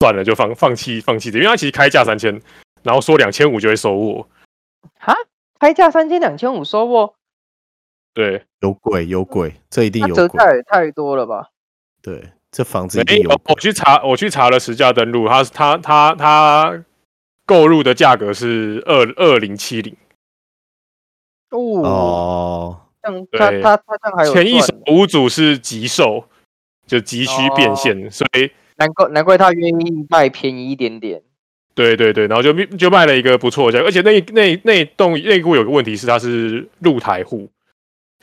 D: 算了，就放放弃放弃这个，因为他其实开价三千，然后说两千五就会收我，
C: 哈，开价三千两千五收哦获，
D: 对，
E: 有鬼，有鬼，这一定
C: 那
E: 有
C: 折
E: 鬼。
C: 价也太多了吧？
E: 对，这房子一
D: 没
E: 定有
D: 有，哎我
E: 鬼。
D: 去查，我去查了实价登录，它它它它购入的价格是二二零七零，
C: 哦，
E: 哦，
C: 这样
D: 对
C: 他他他这样还有
D: 前一手
C: 赚呢
D: 屋主是急售，就急需
C: 哦
D: 变现，所以
C: 难怪难怪他愿意卖便宜一点点。
D: 对对对，然后就就卖了一个不错的价格，而且那那那栋那户有个问题是它是露台户，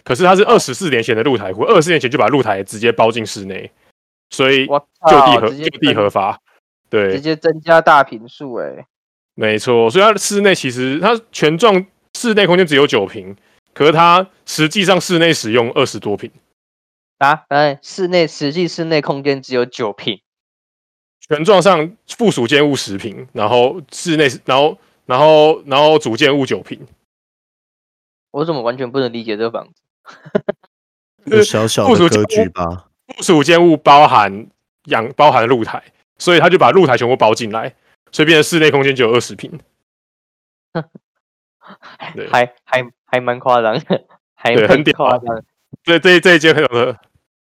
D: 可是它是二十四年前的露台户，二十四年前就把露台直接包进室内，所以
C: 我
D: 就地
C: 操，
D: 合
C: 直接
D: 就地
C: 增
D: 合法，对
C: 直，接增加大平数哎，
D: 没错，所以它室内其实它全幢室内空间只有九平，可是它实际上室内使用二十多平，
C: 啊，哎，室内实际室内空间只有九平，
D: 全幢上附属建物十平，然后室内然后然后然后主建物九平，
C: 我怎么完全不能理解这个房子？
E: 有小小
D: 附属
E: 的
D: 建
E: 格
D: 物
E: 局吧。
D: 附属建物包含养包含露台，所以他就把露台全部包进来，所以变成室内空间只有二十 平。对
C: 还还还蛮夸张的，还
D: 对很
C: 蛮
D: 屌
C: 夸张的。
D: 这这这一间很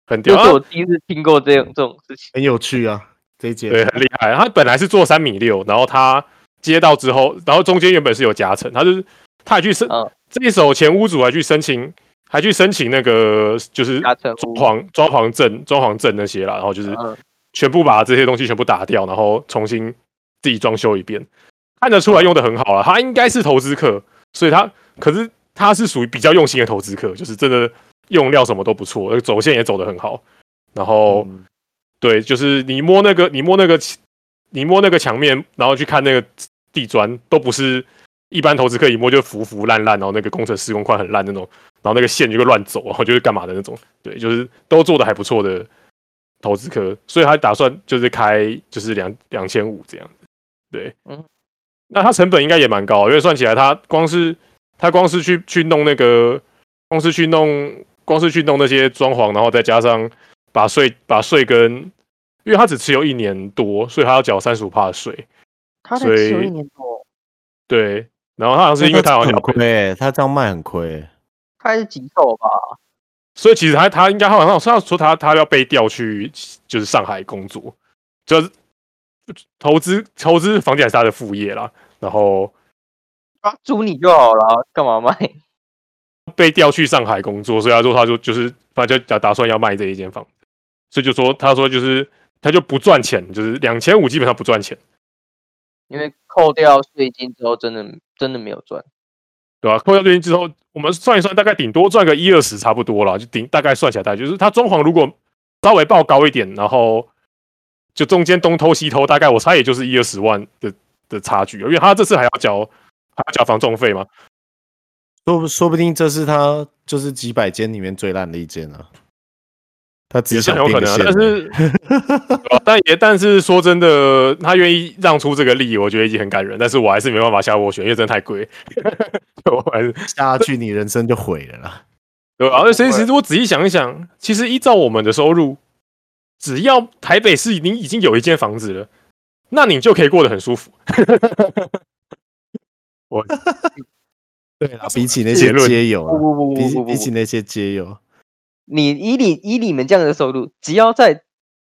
D: 很
C: 这
D: 屌，
C: 是
D: 啊
C: 我第一次听过这种这种事情。
E: 很有趣啊，这一节
D: 对，很厉害。他本来是做三米六，然后他接到之后，然后中间原本是有夹层，他就是他还去申、
C: 嗯
D: 这一手前屋主还去申请，还去申请那个就是
C: 加成
D: 装
C: 屋
D: 潢装潢证、装潢证那些啦，然后就是
C: 嗯，
D: 全部把这些东西全部打掉，然后重新自己装修一遍，看得出
C: 嗯
D: 来用的很好了。他应该是投资客，所以他可是他是属于比较用心的投资客，就是真的用料什么都不错，而走线也走得很好。然后、
E: 嗯
D: 对，就是你摸那个，你摸那个墙，你摸那个墙面，然后去看那个地砖，都不是一般投资客一摸就浮浮烂烂，然后那个工程施工块很烂那种，然后那个线就会乱走，然后 就是干嘛的那种。对，就是都做的还不错的投资客，所以他打算就是开就是两两千五这样子。对，
C: 嗯
D: 嗯，那他成本应该也蛮高，因为算起来他光是他光是去去弄那个，光是去弄光是去弄那些装潢，然后再加上把税把税跟，因为他只持有一年多，所以他要缴三十五的税。
C: 他才
D: 所
C: 只有
D: 以
C: 一年多，
D: 对，然后他好像是因为他好像
E: 很
D: 要被
E: 亏、欸他这样卖很亏、欸
C: 他还是几手吧？
D: 所以其实他他应该好像他说他他要被调去就是上海工作，就是投资投资房地产是他的副业啦，然后
C: 他啊租你就好了，啊干嘛卖？
D: 被调去上海工作，所以他说他就就是他就打打算要卖这一间房子，所以就说他说就是他就不赚钱，就是两千五基本上不赚钱，
C: 因为扣掉税金之后，真的真的没有赚。
D: 对吧、扣掉最近之后，我们算一算，大概顶多赚个一二十差不多啦，就顶大概算起来，大概就是他装潢如果稍微报高一点，然后就中间东偷西偷，大概我猜也就是一二十万的的差距，啊因为他这次还要缴还要缴房仲费嘛，
E: 说不说不定这是他就是几百间里面最烂的一间啊。他只
D: 也是
E: 想
D: 很有
E: 变
D: 可
E: 个
D: 能、啊，
E: 现而已
D: 但是 对吧但也但是说真的，他愿意让出这个利，我觉得已经很感人，但是我还是没办法下斡旋，因为真的太贵， 我还是
E: 下去你人生就毁了啦。
D: 对吧？而且其实我仔细想一想，其实依照我们的收入，只要台北市你已经有一间房子了，那你就可以过得很舒服。我
E: 对啦，比起那
D: 结
E: 些
D: 论
E: 街友
C: 不
E: 啊，
C: 不不
E: 比
C: 不
E: 起
C: 不不
E: 比起
C: 不，
E: 那些街友，
C: 你以你以你们这样的收入，只要在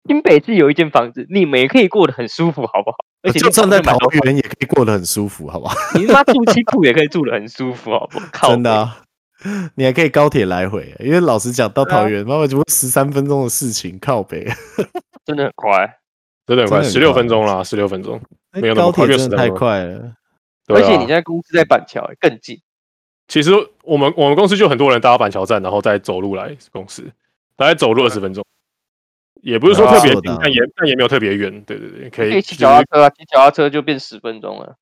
C: 新北市有一间房子，你们也可以过得很舒服，好不好？
D: 哎啊
C: 而且
E: 啊就
C: 你
E: 算在
C: 买
E: 桃
C: 到房，
E: 园也可以过得很舒服，好不好？
C: 你他妈住青浦也可以住得很舒服，好不好？靠
E: 真的、
C: 北
E: 啊，你还可以高铁来回，欸因为老实讲，到
C: 对啊
E: 桃园妈妈只不过十三分钟的事情，靠北。
C: 真的很快，
D: 真的很快，
E: 真的很快
D: 十六分钟啦，十六分钟。没有那
E: 高
D: 么快
E: 铁
D: 没有
E: 真
D: 十
E: 的
D: 三
E: 太
D: 分钟
E: 快了。
D: 对
C: 而且
D: 啊
C: 你现在公司在板桥、欸，更近。
D: 其实我们我们公司就很多人搭板桥站，然后再走路来公司，大概走路二十分钟，也不是说特
E: 蛮
D: 别
E: 不错的
D: 近
E: 啊，
D: 但也但也没有特别远。对对对，可
C: 可
D: 以
C: 以骑脚
D: 就是
C: 踏车啊，骑脚踏车就变十分钟了。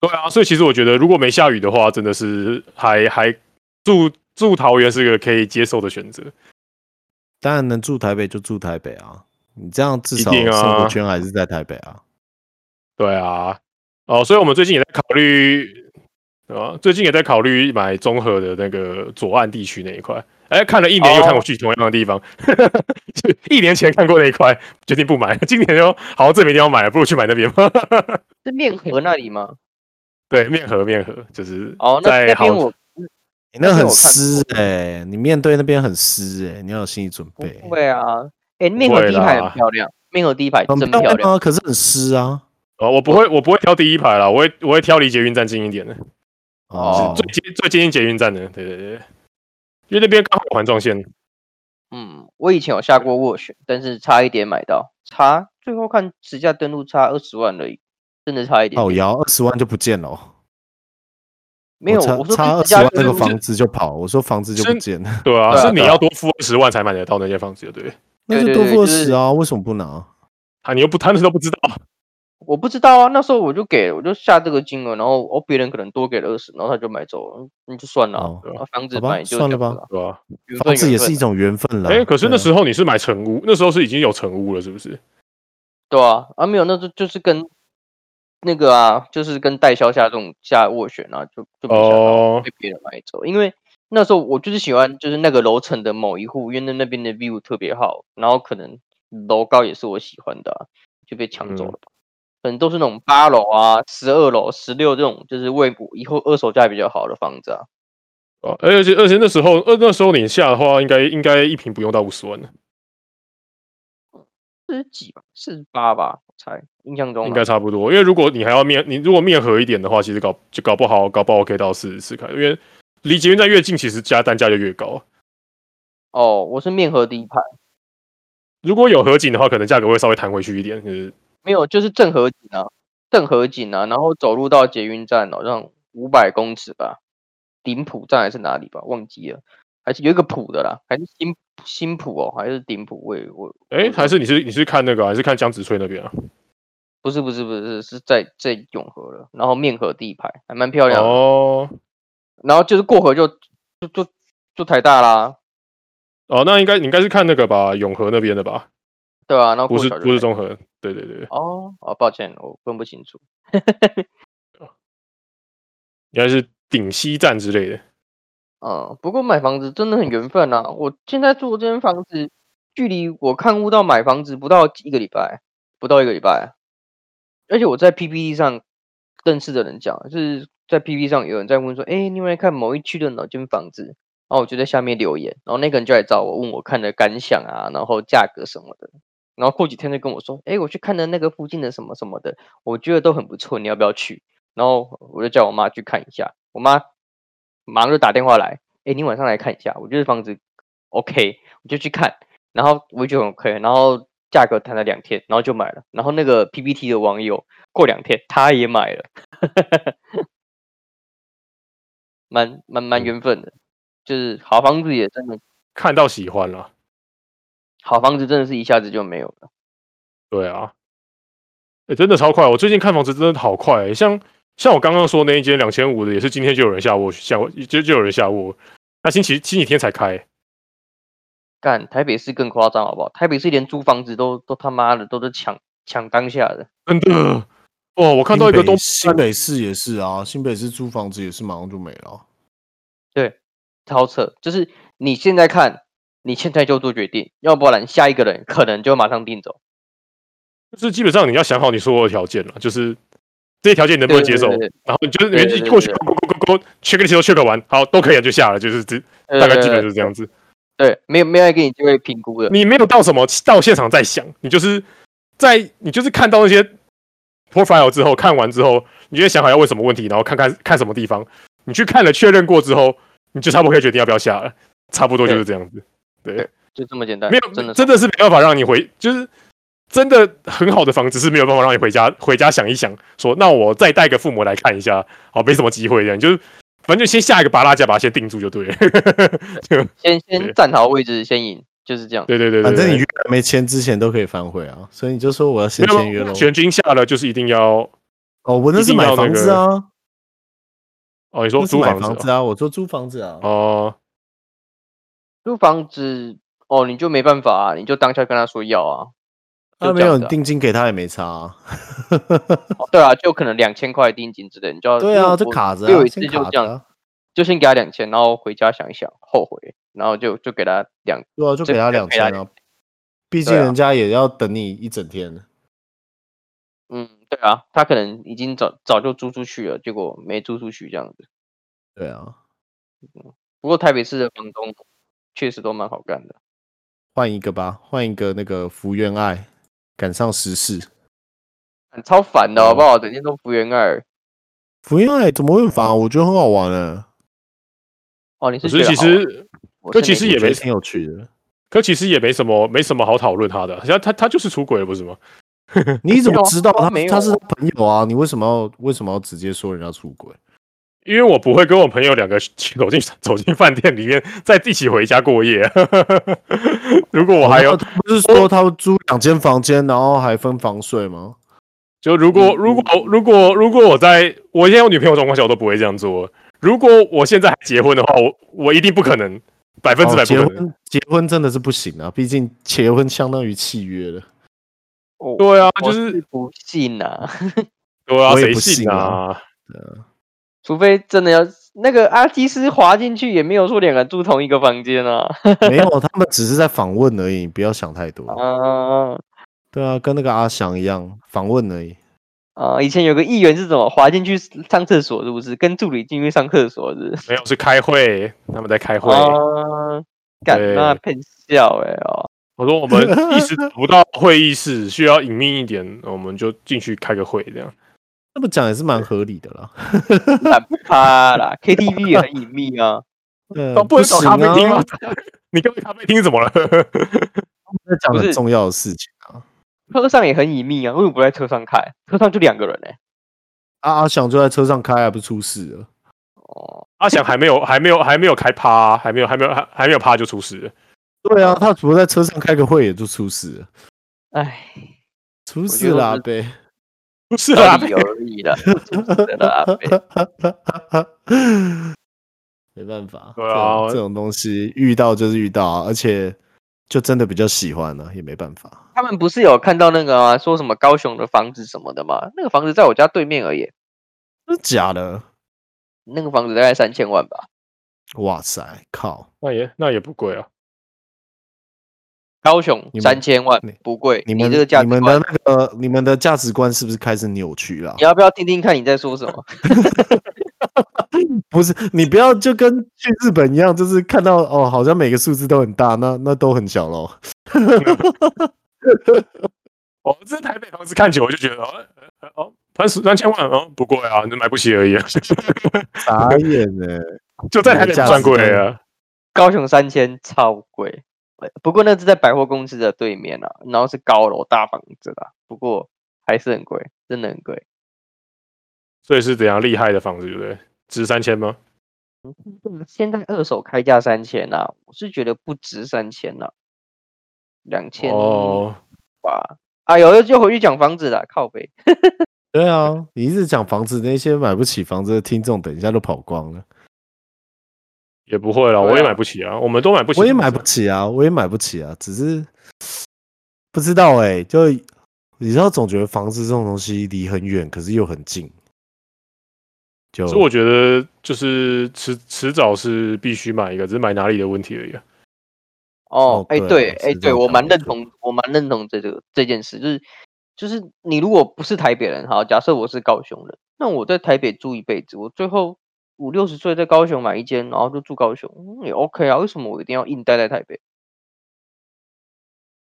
D: 对啊，所以其实我觉得，如果没下雨的话，真的是还还住住桃园是个可以接受的选择。
E: 当然能住台北就住台北啊，你这样至
D: 一
E: 少
D: 定啊
E: 生活圈还是在台北啊。
D: 对啊，哦，所以我们最近也在考虑，啊，最近也在考虑买综合的那个左岸地区那一块。哎，看了一
C: 哦
D: 年又看我去同样的地方， 就一年前看过那一块，决定不买，今年就好像这边一定要买了，不如去买那边吧。
C: 是面河那里吗？
D: 对，面河面河就是
C: 哦，那
D: 在
C: 那边
D: 好
C: 我
E: 你欸那
C: 而且
E: 很
C: 我看
E: 湿哎、你面对那边很湿哎、你要有心理准
C: 不
E: 备。
C: 会啊。哎、面河
D: 会
C: 第一排
D: 啦
C: 很漂亮，面河第一排
E: 很
C: 真
E: 漂
C: 漂
E: 亮
C: 亮。
E: 啊，可是很湿啊。
D: 哦，我不会我不会挑第一排啦，我会我会挑离捷运站近一点的。
E: 哦，
D: 最接最接近捷运站的，对对对，因为那边刚好有环状线，
C: 嗯，我以前有下过斡旋，但是差一点买到，差最后看实价登录差二十万而已，真的差一点
E: 好
C: 点。
E: 摇二十万就不见了哦、
C: 没有，
E: 哦差
C: 我说
E: 差
C: 跟
E: 二
C: 实
E: 十
C: 价
E: 万那
C: 登
E: 个
C: 录
E: 房子就跑，我说房子就不
D: 真
E: 见了，
D: 对啊，
C: 对啊
D: 是你
C: 对啊
D: 要多付二十万才买得到那间房子的，对不对？
E: 那就
C: 对对
E: 多
C: 对
E: 付二
C: 就是
E: 十啊，为什么不拿？
D: 啊，你又不，他们都不知道，
C: 我不知道啊，那时候我就给，我就下这个金额，然后哦别人可能多给了二十，然后他就买走了，那就算了啊。
E: 哦
D: 对啊
C: 然后房子
E: 好吧
C: 买就
E: 算了
C: 这样
E: 吧
C: 子啊，
D: 对吧？
C: 缘
E: 房
C: 分
E: 子
C: 缘
E: 也
C: 分
E: 是一种缘分了。
D: 哎，可是
E: 对
D: 那
E: 啊
D: 时候你是买成屋，那时候是已经有成屋了，是不是？
C: 对啊，啊没有，那就就是跟那个啊，就是跟代销下这种下斡旋啊，就就没想到
D: 哦
C: 被别人买走，因为那时候我就是喜欢就是那个楼层的某一户，因为那那边的 view 特别好，然后可能楼高也是我喜欢的啊、就被抢走
D: 嗯
C: 了吧。可能都是那种八楼啊、十二楼、十六这种，就是为补以后二手价比较好的房子啊。
D: 哦，而且而且那时候，呃，那时候你下的话，应该应该一平不用到五十万的，
C: 四十几吧，四十八吧，我猜印象中
D: 应
C: 啊
D: 该差不多。因为如果你还要面，你如果面合一点的话，其实搞就搞不好，搞不好可以到四十四开，因为离捷运站越近，其实加单价就越高。
C: 哦，我是面河第一排，
D: 如果有合景的话，可能价格会稍微弹回去一点。就是
C: 没有，就是正合景啊，正合景啊，然后走路到捷运站好像五百公尺吧，顶埔站还是哪里吧，忘记了，还是有一个埔的啦，还是新新埔哦，还是顶埔？我也我
D: 哎、还是你是你是看那个、啊，还是看江直翠那边啊？
C: 不是不是不是是在在永和了，然后面河第一排还蛮漂亮的，
D: 哦
C: 然后就是过河就就就就台大啦，
D: 哦，那应该你应该是看那个吧，永和那边的吧？
C: 对吧、啊？然后
D: 不
C: 过
D: 是
C: 桥就
D: 不是
C: 台
D: 中和，对对对，
C: 哦哦，抱歉，我分不清楚。
D: 应该是顶西站之类的。
C: 嗯，不过买房子真的很缘分啊！我现在住的这间房子，距离我看屋到买房子不到一个礼拜，不到一个礼拜。而且我在 PPT 上认识的人讲，就是在 PPT 上有人在问说：“哎，你有没有看某一区的哪间房子？”然后我就在下面留言，然后那个人就来找我问我看的感想啊，然后价格什么的。然后过几天就跟我说：“哎，我去看了那个附近的什么什么的，我觉得都很不错，你要不要去？”然后我就叫我妈去看一下，我妈马上就打电话来，哎，你晚上来看一下，我觉得房子 OK，我就去看，然后我就觉得很 OK，然后价格谈了两天，然后就买了，然后那个 PPT 的网友过两天他也买了，蛮蛮蛮缘分的，就是好房子也真的，
D: 看到喜欢了，
C: 好房子真的是一下子就没有了，
D: 对啊，哎、真的超快！我最近看房子真的好快、欸，像像我刚刚说那一间两千五的，也是今天就有人下卧，下卧就就有人下卧，那星期星期天才开欸、
C: 干台北市更夸张好不好？台北市连租房子都都他妈的都是抢抢当下的。
D: 真的。哦，我看到一个
E: 新北
D: 东
E: 新北市也是啊，新北市租房子也是马上就没了啊。
C: 超扯，就是你现在看，你现在就做决定，要不然下一个人可能就马上订走。
D: 就是基本上你要想好你所有的条件了，就是这些条件你能不能接受，
C: 对对对
D: 然后你就是
C: 对对
D: 原地
C: 对
D: 过去
C: 对
D: 勾勾勾勾勾 check 都 check 完，好都可以了就下了，就是这
C: 对
D: 大概
C: 对
D: 基本
C: 对
D: 就是这样子。
C: 对，没有没有人给你机会评估的。
D: 你没有到什么到现场再想，你就是在你就是看到那些 profile 之后，看完之后，你就会想好要问什么问题，然后看看看什么地方，你去看了确认过之后，你就差不多可以决定要不要下了，差不多就是这样子。
C: 就这么简单，
D: 没有，
C: 真的是
D: 真的是没办法让你回，就是真的很好的房子是没有办法让你回家回家想一想，说那我再带个父母来看一下，好，没什么机会这样，就是反正就先下一个拔拉架，把它先定住就对了。
C: 先
D: 对
C: 先站好位置，先赢，就是这样。
D: 对对对对对，
E: 反正你约还没签之前都可以反悔啊，所以你就说我要先签
D: 没
E: 约
D: 有
E: 喽
D: 没有。全军下了，就是一定要
E: 哦，我那是买房子啊，
D: 哦，你说
E: 那是
D: 租
E: 买
D: 房
E: 房
D: 子
E: 子啊，我说租房子啊
D: 哦。哦，
C: 租房子哦，你就没办法啊，你就当下跟他说要啊。
E: 那
C: 就
E: 没
C: 这样
E: 有
C: 子
E: 你
C: 啊
E: 定金给他也没差啊。
C: 哦对啊，就可能两千块定金之类，你就要
E: 对
C: 因为
E: 啊，这
C: 我
E: 卡着
C: 我有
E: 啊，
C: 一次
E: 先
C: 就
E: 卡
C: 这
E: 着
C: 样，
E: 啊。
C: 就先给他两千，然后回家想一想，后悔，然后就就给他两
E: 对啊，就
C: 这
E: 给他
C: 个
E: 两
C: 可以啊
E: 千啊，毕竟
C: 对啊
E: 人家也要等你一整天。
C: 嗯，对啊，他可能已经早早就租出去了，结果没租出去这样子。
E: 对啊，
C: 不过台北市的房东确实都蛮好干的。
E: 换一个吧，换一个那个福原爱，赶上时事。
C: 很超烦的好不
D: 哦
C: 好？整天都福原爱。
E: 福原爱怎么会烦？我觉得很好玩呢，
C: 哦，你
D: 可
C: 是
D: 是
C: 觉得
D: 其
C: 好玩，
D: 实
C: 我
D: 可
C: 是
D: 其
C: 没
D: 实
C: 觉
D: 也
E: 我
C: 得
E: 觉
D: 没
E: 得挺有趣 的。
D: 可其实也没什么没什么好讨论他的，像他他就是出轨了不是吗？
E: 你怎
C: 没
E: 么
C: 有啊
E: 知道
C: 都
E: 他
C: 没有
E: 他是
C: 啊
E: 他朋友啊？你为什么要为什么要直接说人家出轨？
D: 因为我不会跟我朋友两个走进 走进饭店里面，再一起回家过夜。啊 如果我还有
E: 哦，他不是说他租两间房间，然后还分房税吗？
D: 就如
E: 嗯
D: 果如果如果如果我在我现在有女朋友的状况下，我都不会这样做。啊如果我现在还结婚的话，我我一定不可能，百分之百
E: 哦
D: 不
E: 结
D: 可能。
E: 婚结婚真的是不行啊，毕竟结婚相当于契约了。
C: 我
D: 对啊，就
C: 我
D: 是
C: 不信啊，
D: 对啊，
E: 我也
D: 谁
E: 不
D: 信
E: 信
D: 啊
E: 啊？
C: 除非真的要那个阿基斯滑进去，也没有说两个人住同一个房间啊。
E: 没有，他们只是在访问而已，不要想太多。
C: 啊
E: 对啊，跟那个阿翔一样，访问而已。
C: 啊！以前有个议员是怎么滑进去上厕所，是不是？跟助理进去上厕所是不是？
D: 没有，是开会，他们在开会。
E: 哦
C: 啊，干
D: 对
C: 那骗笑哎哦，
D: 我说我们一时找不到会议室，需要隐秘一点，我们就进去开个会，这样。
E: 那么讲也是蛮合理的 啦。
C: 懒趴啦 ，KTV 也很隐秘啊。
E: 嗯
D: 哦都不能
E: 行
D: 找咖啡厅吗
E: 啊，？
D: 你跟咖啡厅怎么了？
E: 在讲
C: 不
E: 很
C: 是
E: 重要的事情啊。
C: 车上也很隐秘啊，为什么不在车上开？车上就两个人哎、
E: 啊，阿翔就在车上开，还不出事了？
C: 哦，
D: 阿翔还没有还没有还没有开趴啊、还没有还没有还还没有趴就出事了。
E: 对啊，他只不过在车上开个会也就出事了，
C: 哎，
E: 出事了阿
C: 我觉
E: 贝。
D: 不是
C: 道
D: 啊，
C: 理而已啦，真的啦，阿北
E: 没办法，
D: 对
E: 这
D: 啊
E: 种这种东西遇到就是遇到啊，而且就真的比较喜欢了、也没办法。
C: 他们不是有看到那个吗？说什么高雄的房子什么的吗？那个房子在我家对面而已，
E: 真的假的？
C: 那个房子大概三千万吧。
E: 哇塞，靠！
D: 那也那也不贵啊。
C: 高雄
E: 你们
C: 三千万
E: 你
C: 不贵，
E: 你们
C: 这个价
E: 你
C: 值
E: 们的
C: 观，
E: 那个你们的价值观是不是开始扭曲了
C: 你？要不要听听看你在说什么？
E: 不是，你不要就跟去日本一样，就是看到哦，好像每个数字都很大，那那都很小喽。
D: 哦，这台北房子看久我就觉得哦呃哦，三十三千万哦不贵啊，你买不起而已、啊，
E: 傻眼呢、
D: 就在台北不算贵啊。
C: 高雄三千超贵，呃不过那是在百货公司的对面啊，然后是高楼大房子啦，不过还是很贵，真的很贵。
D: 所以是怎样厉害的房子，对不对？值三千吗？
C: 嗯现在二手开价三千啊，我是觉得不值三千啦，两千
D: 哦，
C: 吧。哎呦，又回去讲房子了，靠北。
E: 对啊，你一直讲房子，那些买不起房子的听众，等一下都跑光了。
D: 也不会啦，
C: 对啊
D: 我也买不起啊，我们都买不起。
E: 我也买不起啊，我也买不起啊，只是不知道哎、就你知道，总觉得房子这种东西离很远，可是又很近。就
D: 所以我觉得就是迟迟早是必须买一个，只是买哪里的问题而已、啊。
E: 哦
C: 哦，哎、
E: 对
C: 对
E: 啊，
C: 哎、
E: 是这
C: 对，
E: 样
C: 我
E: 讲
C: 蛮
E: 没
C: 认
E: 错
C: 同，我蛮认同这个这件事，就是就是你如果不是台北人，好，假设我是高雄人，那我在台北住一辈子，我最后五六十岁在高雄买一间，然后就住高雄、嗯也 OK 啊，为什么我一定要硬待在台北？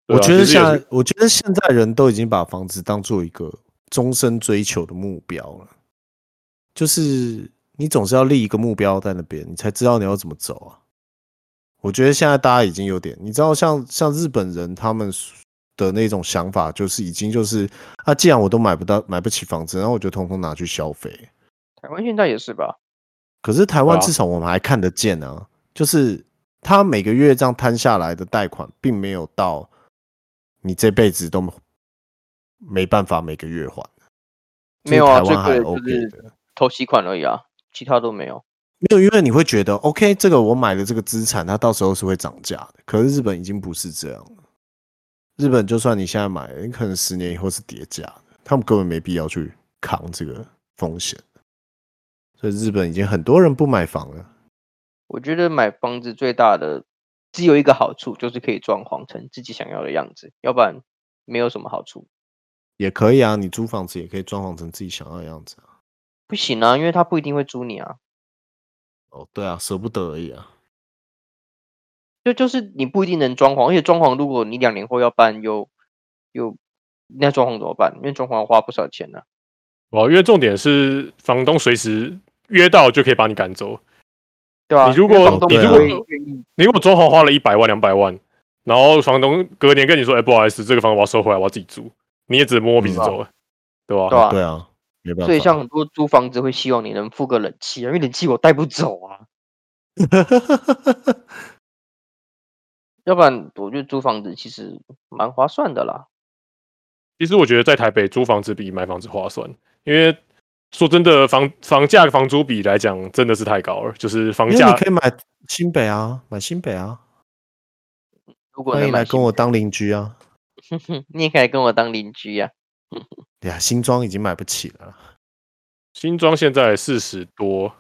D: 对
E: 我
D: 啊
E: 觉得
D: 其实
E: 现
D: 也
E: 在
D: 是，
E: 我觉得现在人都已经把房子当做一个终身追求的目标了，就是你总是要立一个目标在那边，你才知道你要怎么走啊。我觉得现在大家已经有点，你知道像，像日本人他们的那种想法，就是已经就是，啊，既然我都买不到买不起房子，然后我就通通拿去消费。
C: 台湾现在也是吧？
E: 可是台湾
D: 对啊
E: 至少我们还看得见啊，就是他每个月这样摊下来的贷款，并没有到你这辈子都没办法每个月还。
C: 没有啊，
E: 就
C: 最
E: 是台湾
C: 贵
E: 还
C: 的就
E: OK
C: 是
E: 的，
C: 投息款而已啊，其他都没有。
E: 没有，因为你会觉得 OK，这个我买的这个资产，它到时候是会涨价的。可是日本已经不是这样了，日本就算你现在买，你可能十年以后是叠价的，他们根本没必要去扛这个风险。所以日本已经很多人不买房了。
C: 我觉得买房子最大的只有一个好处，就是可以装潢成自己想要的样子，要不然没有什么好处。
E: 也可以啊，你租房子也可以装潢成自己想要的样子啊。
C: 不行啊，因为他不一定会租你啊。
E: 哦，对啊，舍不得而已啊。
C: 就就是你不一定能装潢，而且装潢如果你两年后要搬又又那装潢怎么办？因为装潢花不少钱啊呢、
D: 哦，因为重点是房东随时约到就可以把你赶走。
C: 对吧、
D: 你如
C: 因为
D: 果
C: 房东
E: 你
C: 不
E: 如啊
C: 会
D: 果
C: 愿意
D: 你如果装潢花了一百万、两百万，然后房东隔年跟你说：“哎、不好意思，这个房子我要收回来，我要自己住。”你也只能摸摸鼻子
E: 嗯
D: 走了，对吧、
C: 对啊
E: 对啊，没办法。
C: 所以像很多租房子会希望你能付个冷气啊，因为冷气我带不走啊，要不然我觉得租房子其实蛮划算的啦。
D: 其实我觉得在台北租房子比买房子划算，因为说真的，房房价房租比来讲真的是太高了，就是房
E: 因为
D: 价
E: 你可以买新北啊，买新北啊，
C: 如果
E: 欢
C: 能
E: 迎
C: 买
E: 来
C: 新
E: 跟我当邻居啊。
C: 哼， 你也可以来跟我当邻居啊呀、
E: 哎呀，新庄已经买不起了啦，
D: 新庄现在四十多，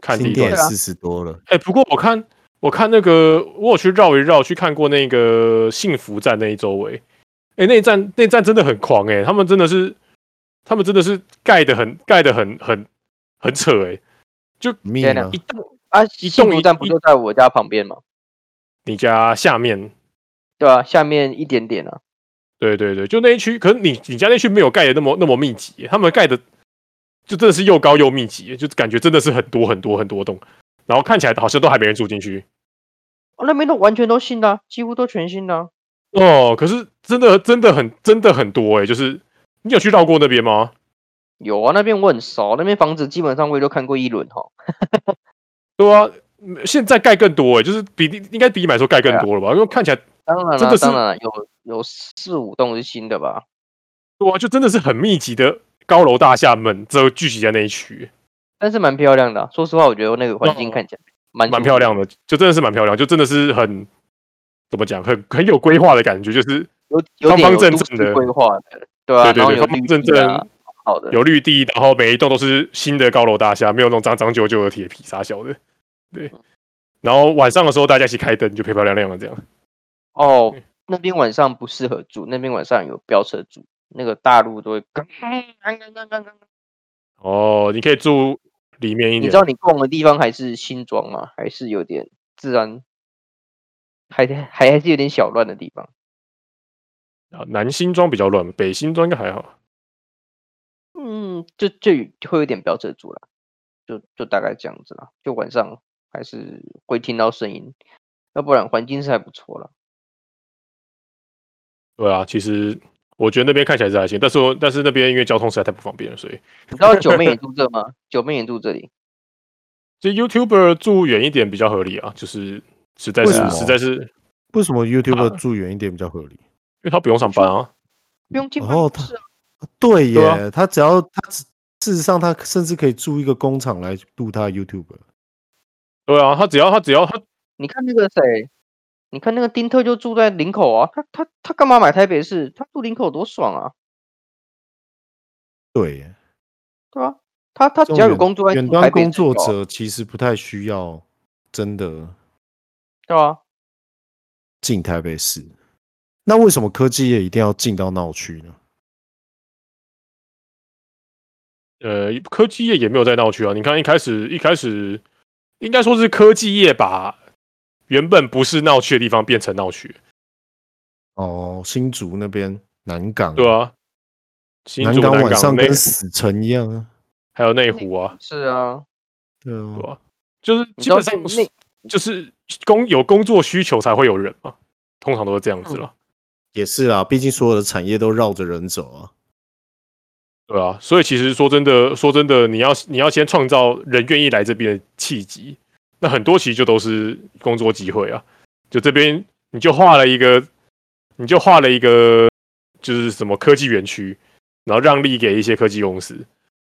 D: 看
E: 新
D: 地
E: 店
D: 段
E: 也
C: 对。啊
E: 四十多了。
D: 哎、不过我看我看那个，我有去绕一绕，去看过那个幸福站那一周围。哎、那一站那一站真的很狂哎、他们真的是，他们真的是盖的很盖的很很很扯哎、
E: 命
C: 天哪
E: 啊
D: 一！栋
C: 啊。啊，
D: 一
C: 幸
D: 栋
C: 福
D: 一
C: 站不
D: 一
C: 就在我家旁边吗？
D: 你家下面，
C: 对吧、下面一点点啊。
D: 对对对，就那一区，可是你你家那区没有盖的那么那么密集欸、他们盖的就真的是又高又密集欸、就感觉真的是很多很多很多栋，然后看起来好像都还没人住进去。
C: 哦那边都完全都新的啊、几乎都全新的啊、
D: 哦，可是真的真的很真的很多哎、就是你有去绕过那边吗？
C: 有啊，那边我很熟，那边房子基本上我也都看过一轮哈。
D: 对啊，嗯现在盖更多哎、就是比你应该比你买的时候盖更多了吧？
C: 啊
D: 因为看起来
C: 当然
D: 真
C: 了、
D: 的是
C: 当然了，有有四五栋是新的吧？
D: 对啊，就真的是很密集的高楼大厦们都聚集在那一区，
C: 但是蛮漂亮的啊、说实话，我觉得那个环境看起来蛮
D: 哦蛮
C: 舒
D: 漂
C: 服的。
D: 亮的，就真的是蛮漂亮，就真的是很怎么讲，很很有规划的感觉，就是
C: 有有
D: 方
C: 点
D: 方
C: 有
D: 正
C: 都
D: 正
C: 市
D: 的
C: 规划的，对
D: 对
C: 啊，
D: 对
C: 然后
D: 对
C: 有
D: 方
C: 绿
D: 方
C: 地啊
D: 正正，
C: 好的，
D: 有绿地，然后每一栋都是新的高楼大厦，没有那种长长久久的铁皮傻小的，对。然后晚上的时候大家一起开灯，就漂漂亮亮的这样。
C: 哦，那边晚上不适合住，那边晚上有飙车族，那个大路都会 嘎嘎嘎嘎嘎嘎。
D: 哦，你可以住里面一
C: 你
D: 点
C: 知，道你逛的地方还是新庄吗？还是有点自然，还还还是有点小乱的地方。
D: 啊南新庄比较乱，北新庄应该还好。
C: 嗯，就就有会有点飙车族啦，就就大概这样子啦。就晚上还是会听到声音，要不然环境是还不错啦。
D: 对啊，其实我觉得那边看起来是还行，但是我但是那边因为交通实在太不方便了，所以
C: 你知道九妹也住这吗？九妹也住这里。
D: 这 YouTuber 住远一点比较合理啊，就是实在是
E: 为什么
D: 实在是，因
E: 为什么 YouTuber
D: 啊
E: 住远一点比较合理？
D: 为他不用上班啊。
C: 不用进办
E: 哦
C: 公
E: 他
C: 室啊，
E: 对
D: 对啊
E: 耶，他只要他只事实上他甚至可以租一个工厂来录他的 YouTuber。
D: 对啊，他只要他只要他
C: 你看那个谁，你看那个丁特就住在林口啊，他他他干嘛买台北市？他住林口多爽啊，
E: 对耶，
C: 对吧、他他
E: 他
C: 只要有工作在
E: 远
C: 住
E: 端
C: 台北
E: 工
C: 市就
E: 作
C: 好啊，
E: 者其实不太需要真的
C: 对啊，
E: 进台北市。那为什么科技业一定要进到闹区呢？
D: 呃，科技业也没有在闹区啊。你看一开始一开始，应该说是科技业把原本不是闹区的地方变成闹区，
E: 哦，新竹那边南港，
D: 对啊。新
E: 南
D: 竹、
E: 港
D: 南
E: 晚上
D: 内
E: 跟死城一样啊。
D: 还有内湖啊，
C: 是啊，
E: 对啊
D: 对，吧、就是基
C: 你知道
D: 本
C: 在
D: 上
C: 那
D: 就是工有工作需求才会有人嘛，通常都是这样子了，
E: 也是啦，毕竟所有的产业都绕着人走啊。
D: 对啊，所以其实说真的，说真的，你要你要先创造人愿意来这边的契机，那很多其实就都是工作机会啊，就这边你就画了一个，你就画了一个就是什么科技园区，然后让利给一些科技公司，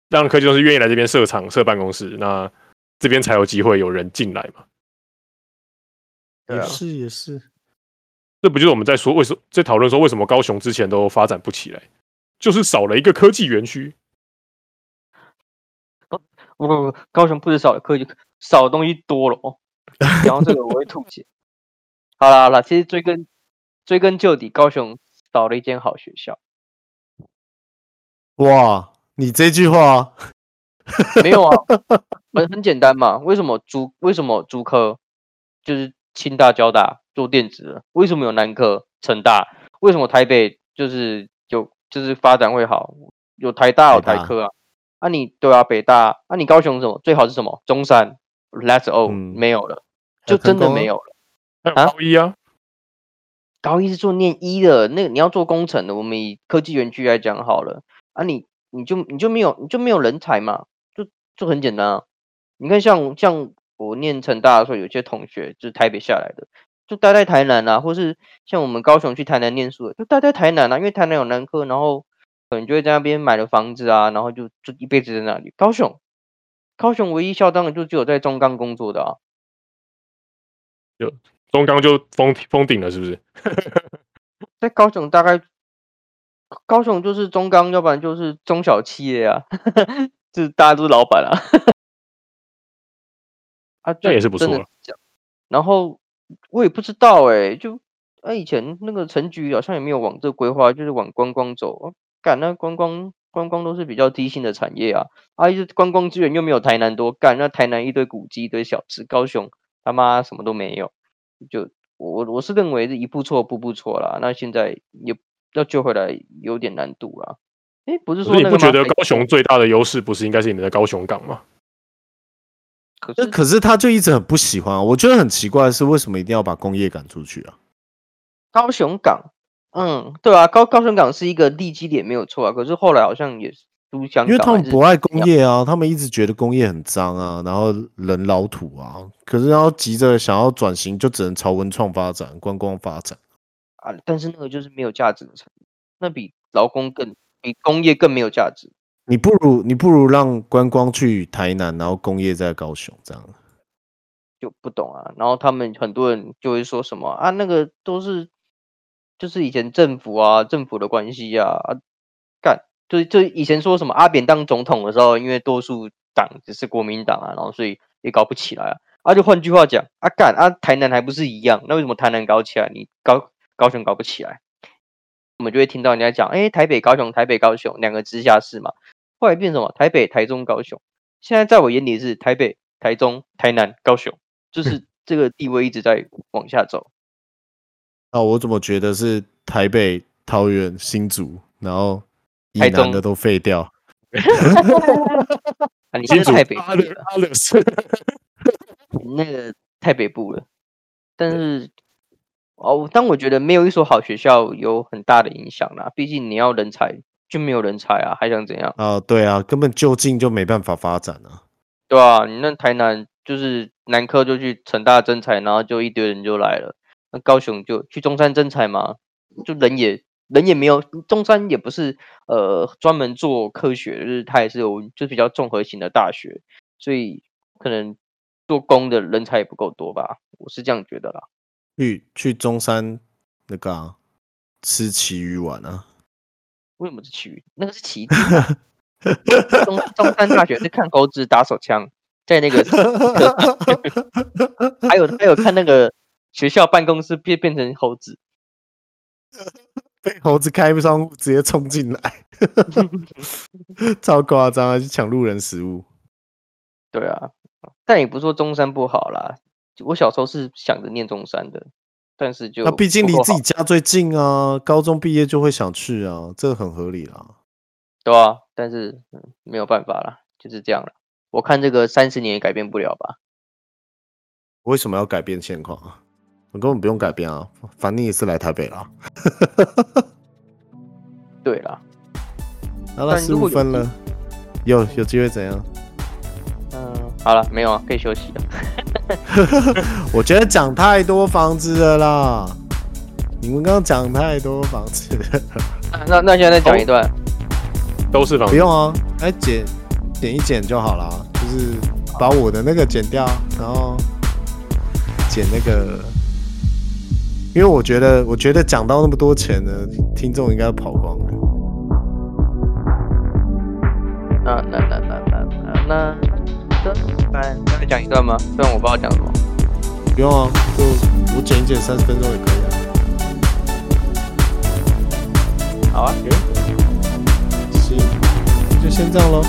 D: 让科技公司愿意来这边设厂设办公室，那这边才有机会有人进来嘛。
C: 对
E: 也
C: 啊，
E: 是也是，
D: 这不就是我们在说为什么在讨论说为什么高雄之前都发展不起来，就是少了一个科技园区。
C: 不不不，高雄不是少了科技，少的东西多了哦。讲到这个我会吐血。好啦好啦，其实追根追根究底，高雄少了一间好学校。
E: 哇，你这句话
C: 没有啊，很很简单嘛。为什么竹为什么竹科就是清大、交大做电子的？为什么有南科、成大？为什么台北就是有就是发展会好？有台大有
E: 台
C: 台
E: 大
C: 科啊？啊你对啊北大啊你高雄什么最好是什么中山？Let's all、
E: 嗯
C: 没有了，
E: 还有
C: 就真
E: 成
C: 的
E: 功
C: 没
E: 啊
C: 有了。
D: 还有
C: 啊
D: 高一啊，
C: 高一是做念一的，那个你要做工程的，我们以科技园区来讲好了啊你，你就你就没有你就没有人才嘛，就就很简单啊。你看像像我念成大的时候，有些同学就是台北下来的，就待在台南啊，或是像我们高雄去台南念书的，就待在台南啊，因为台南有南科，然后可能就会在那边买了房子啊，然后就就一辈子在那里。高雄，高雄唯一校当的就只有在中钢工作的啊，
D: 中钢就封封顶了，是不是？
C: 在高雄大概，高雄就是中钢，要不然就是中小企业啊， 就是大家都是老板啊，啊，
D: 那
C: 就
D: 也是不
C: 真的
D: 错了
C: 这样然后我也不知道哎、就啊以前那个陈局好像也没有往这规划，就是往观光走。啊干那观光观光都是比较低薪的产业啊，啊，就是观光资源又没有台南多，干那台南一堆古迹一堆小吃，高雄他妈什么都没有，就我我是认为是一步错步步错啦。那现在也要救回来有点难度啦。诶，不是
D: 可
C: 说
D: 是
C: 那
D: 你
C: 个
D: 不觉
C: 吗
D: 得
C: 台
D: 高雄最大的优势不是应该是你们的高雄港吗？
C: 可
E: 那
C: 是
E: 可是他就一直很不喜欢啊、我觉得很奇怪的是，为什么一定要把工业赶出去啊？
C: 高雄港，嗯，对啊，高高雄港是一个地基点没有错啊，可是后来好像也都香港，
E: 因为他们不爱工，业啊，他们一直觉得工业很脏啊，然后人老土啊，可是然后急着想要转型，就只能朝文创发展、观光发展。
C: 啊，但是那个就是没有价值的产业，那比劳工更比工业更没有价值。
E: 你不如你不如让观光去台南，然后工业在高雄这样。
C: 就不懂啊。然后他们很多人就会说什么啊，那个都是就是以前政府啊，政府的关系啊，啊干就就以前说什么阿扁当总统的时候，因为多数党只是国民党啊，然后所以也搞不起来啊。啊，就换句话讲，啊干啊，台南还不是一样？那为什么台南搞起来，你高高雄搞不起来？我们就会听到人家讲，哎、台北、高雄、台北、高雄两个直辖市嘛，后来变什么？台北、台中、高雄。现在在我眼里是台北、台中、台南、高雄。就是这个地位一直在往下走。
E: 啊，我怎么觉得是台北、桃园、新竹，然后以
C: 台
E: 南
C: 中
E: 的都废掉？
C: 啊，你现
D: 新
C: 在
D: 竹
C: 太北
D: 阿
C: 部
D: 勒
C: 了，
D: 阿勒斯，
C: 你那个太北部了。但是，哦，但我觉得没有一所好学校有很大的影响啦。毕竟你要人才，就没有人才啊，还想怎样？
E: 啊，对啊，根本就近就没办法发展啊。
C: 对啊，你那台南就是南科就去成大征才，然后就一堆人就来了。那高雄就去中山征才嘛，就人也人也没有，中山也不是呃专门做科学，就是它也是有就是比较综合型的大学，所以可能做工的人才也不够多吧，我是这样觉得啦。
E: 去去中山那个、啊、吃旗鱼丸啊，
C: 为什么是奇遇？那个是奇遇中中山大学是看猴子打手枪，在那个还有还有看那个学校办公室变变成猴子。
E: 被猴子开窗户直接冲进来， 超夸张啊！去抢路人食物。
C: 对啊，但也不是说中山不好啦。我小时候是想着念中山的，但是就
E: 那毕竟
C: 不
E: 离
C: 够
E: 自己
C: 好
E: 家最近啊，高中毕业就会想去啊，这很合理啦。
C: 对啊，但是、嗯、没有办法啦，就是这样了。我看这个三十年也改变不了吧？
E: 为什么要改变现况啊？我根本不用改变啊，反正你也是来台北啊啦。
C: 对啦，
E: 好了，
C: 但
E: 十
C: 如
E: 五
C: 果有
E: 分了，有有机会怎样？
C: 嗯，好了，没有啊，可以休息了。
E: 我觉得讲太多房子了啦，你们刚刚讲太多房子 了，
C: 啊那那现在再讲一段，
D: 都是房
E: 不用啊，来剪剪一剪就好啦，就是把我的那个剪掉，然后剪那个，因为我觉得我觉得讲到那么多钱呢，听众应该跑光了。
C: 那那那那那那那那，来再讲一段吗？不然我不知道讲什么。
E: 不用啊，就我剪一剪三十分钟也可以啊。
C: 好啊。
E: 行，就先这样喽。